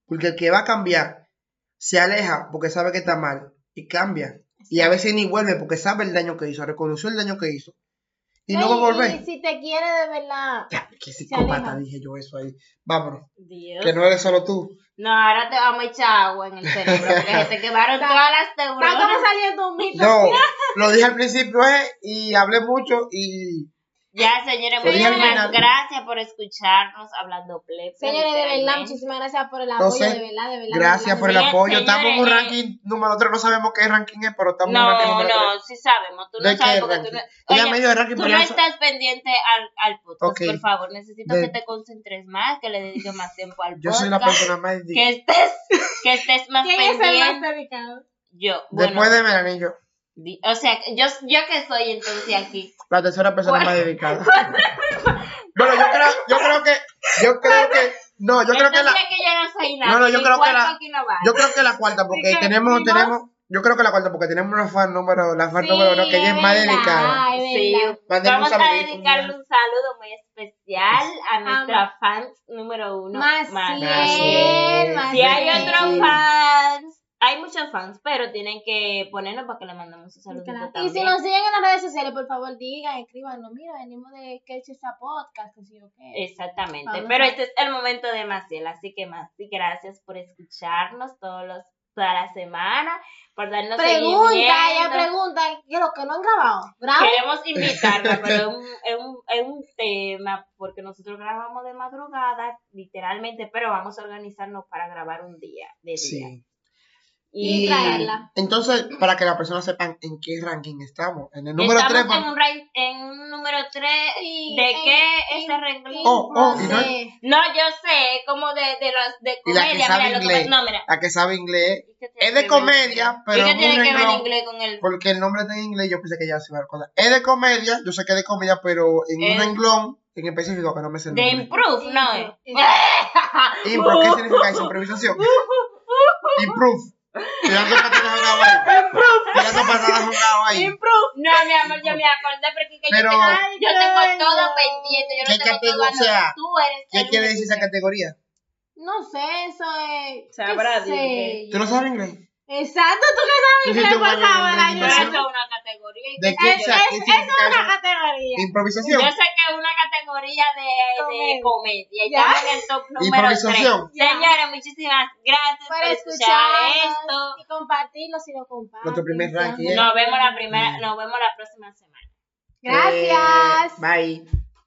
Porque el que va a cambiar se aleja porque sabe que está mal y cambia. Y a veces ni vuelve porque sabe el daño que hizo, reconoció el daño que hizo. Y no, va a
Y
volver.
si te quiere de verdad,
Ya, qué psicópata
aleja.
dije yo eso ahí. Vámonos,
Dios.
que no eres solo tú.
No, ahora te vamos a echar agua en el cerebro porque se te quemaron todas las
está como
neuronas.
saliendo un mito.
No, lo dije al principio eh, y hablé mucho y
Ya, señores,
Sería
muchísimas
genial.
gracias por escucharnos hablando plebe.
Señores, de verdad,
literalmente.
muchísimas gracias por el apoyo,
Entonces,
de verdad, de verdad. de
Gracias
verdad,
por el
Señores,
apoyo. Estamos en un
señores,
ranking número 3. No sabemos qué ranking es, pero estamos en un ranking
No,
número 3.
no, sí sabemos. Tú
¿De
no
qué
sabes porque tú no.
ranking? Ella
Oye,
me dio el ranking,
Tú
pero
no
yo so-
estás pendiente al, al podcast,
Ok.
por favor. Necesito
De-
que te concentres más, que le dediques más tiempo al
Yo
podcast.
soy la persona más. di-
que estés, que estés más
¿Quién es el más
pendiente.
dedicado?
Yo, bueno,
Después de Melanie, yo.
di- o sea, yo, yo que soy entonces aquí.
La tercera persona
Bueno.
más dedicada. bueno, yo creo, yo creo que. Yo creo que. No, yo creo que la.
Entonces es que yo no soy nada.
No, no, yo
soy
creo que
cuerpo
la-
aquí no vale.
Yo creo que la cuarta, porque
que
tenemos,
vimos-
tenemos. Yo creo que la cuarta, porque tenemos una fan número, la fan
Sí,
número uno, que ella es más
verdad,
dedicada.
es
Sí,
verdad.
Mándenle un
vamos a
saludito,
dedicarle un saludo muy especial a nuestra fan número uno.
Maciel,
Maciel.
Si hay
Maciel.
otros fans, hay muchos fans, pero tienen que ponernos para que le mandemos un saludito
Y
también.
si nos siguen en las redes sociales, por favor, digan, escríbanos. Mira, venimos de Ketchup Podcast, que sí o qué.
Exactamente,
Vamos
pero
a-
este es el momento de Maciel, así que Maciel, gracias por escucharnos todos los, toda la semana, por darnos
Pregunta, ella
seguimiento.
pregunta, ¿qué lo que no han grabado? Graben.
Queremos invitarla, pero es un, es, un, es un tema, porque nosotros grabamos de madrugada, literalmente, pero vamos a organizarnos para grabar un día de día.
Sí.
Y,
Y traerla.
Entonces, para que las personas sepan en qué ranking estamos. En el número 3.
estamos en un, rank- en un número 3,
Y-
¿de
en-
qué
en-
es este el renglón?
Oh, oh, y no-
Entonces,
No, yo sé, como de, de los de
Y la que
comedia,
sabe
mira, lo que
inglés.
pasa- no, mira,
La que sabe inglés.
¿Y qué
Es
tiene
de
que ver
comedia,
inglés?
pero
¿Y qué
es
tiene
un
que ver
renglón.
inglés con el
Porque el nombre está en inglés, yo pensé que ya se iba a recordar. Es de comedia, yo sé que es de comedia, pero en
Es-
un renglón en específico que no me sé el
Eh. de
nombre.
improve? No,
Impro-
eh.
Impro, ¿qué significa eso? Improvisación. Improve. Cuidado para ti jugado ahí. Cuidado para nada jugado ahí.
Improve. No, mi amor, yo me acordé porque que
Pero-
yo, tengo, yo tengo
Ay,
todo
no.
pendiente, yo
¿Qué
no tengo todo
categoría? O sea,
anotado. Tú eres
¿Qué
el
quiere
único
decir esa
que-
categoría?
No sé, eso es.
Sabrá
qué
Dios.
sé
¿Tú no
yo.
sabes inglés?
Exacto, tú
Yo
no
sí
sabes
tengo
inglés, por
algo de
favor,
inglés,
Pero
yo sé.
ayúdame.
eso es una categoría. y
¿De
que-
qué? O
Es,
sea, ¿qué
es-
significa
eso es una
eso?
categoría.
Yo
Improvisación.
sé que es una categoría de, de
Comedia.
comedia y
Ya.
estamos en el top número 3.
Improvisación.
Ya.
Señores, muchísimas gracias por,
Para
escuchar
escucharnos
esto.
y compartirlo si lo comparten.
Nuestro primer ranking, ¿eh?
Nos vemos la primera, nos vemos la próxima semana.
Gracias.
Eh, bye.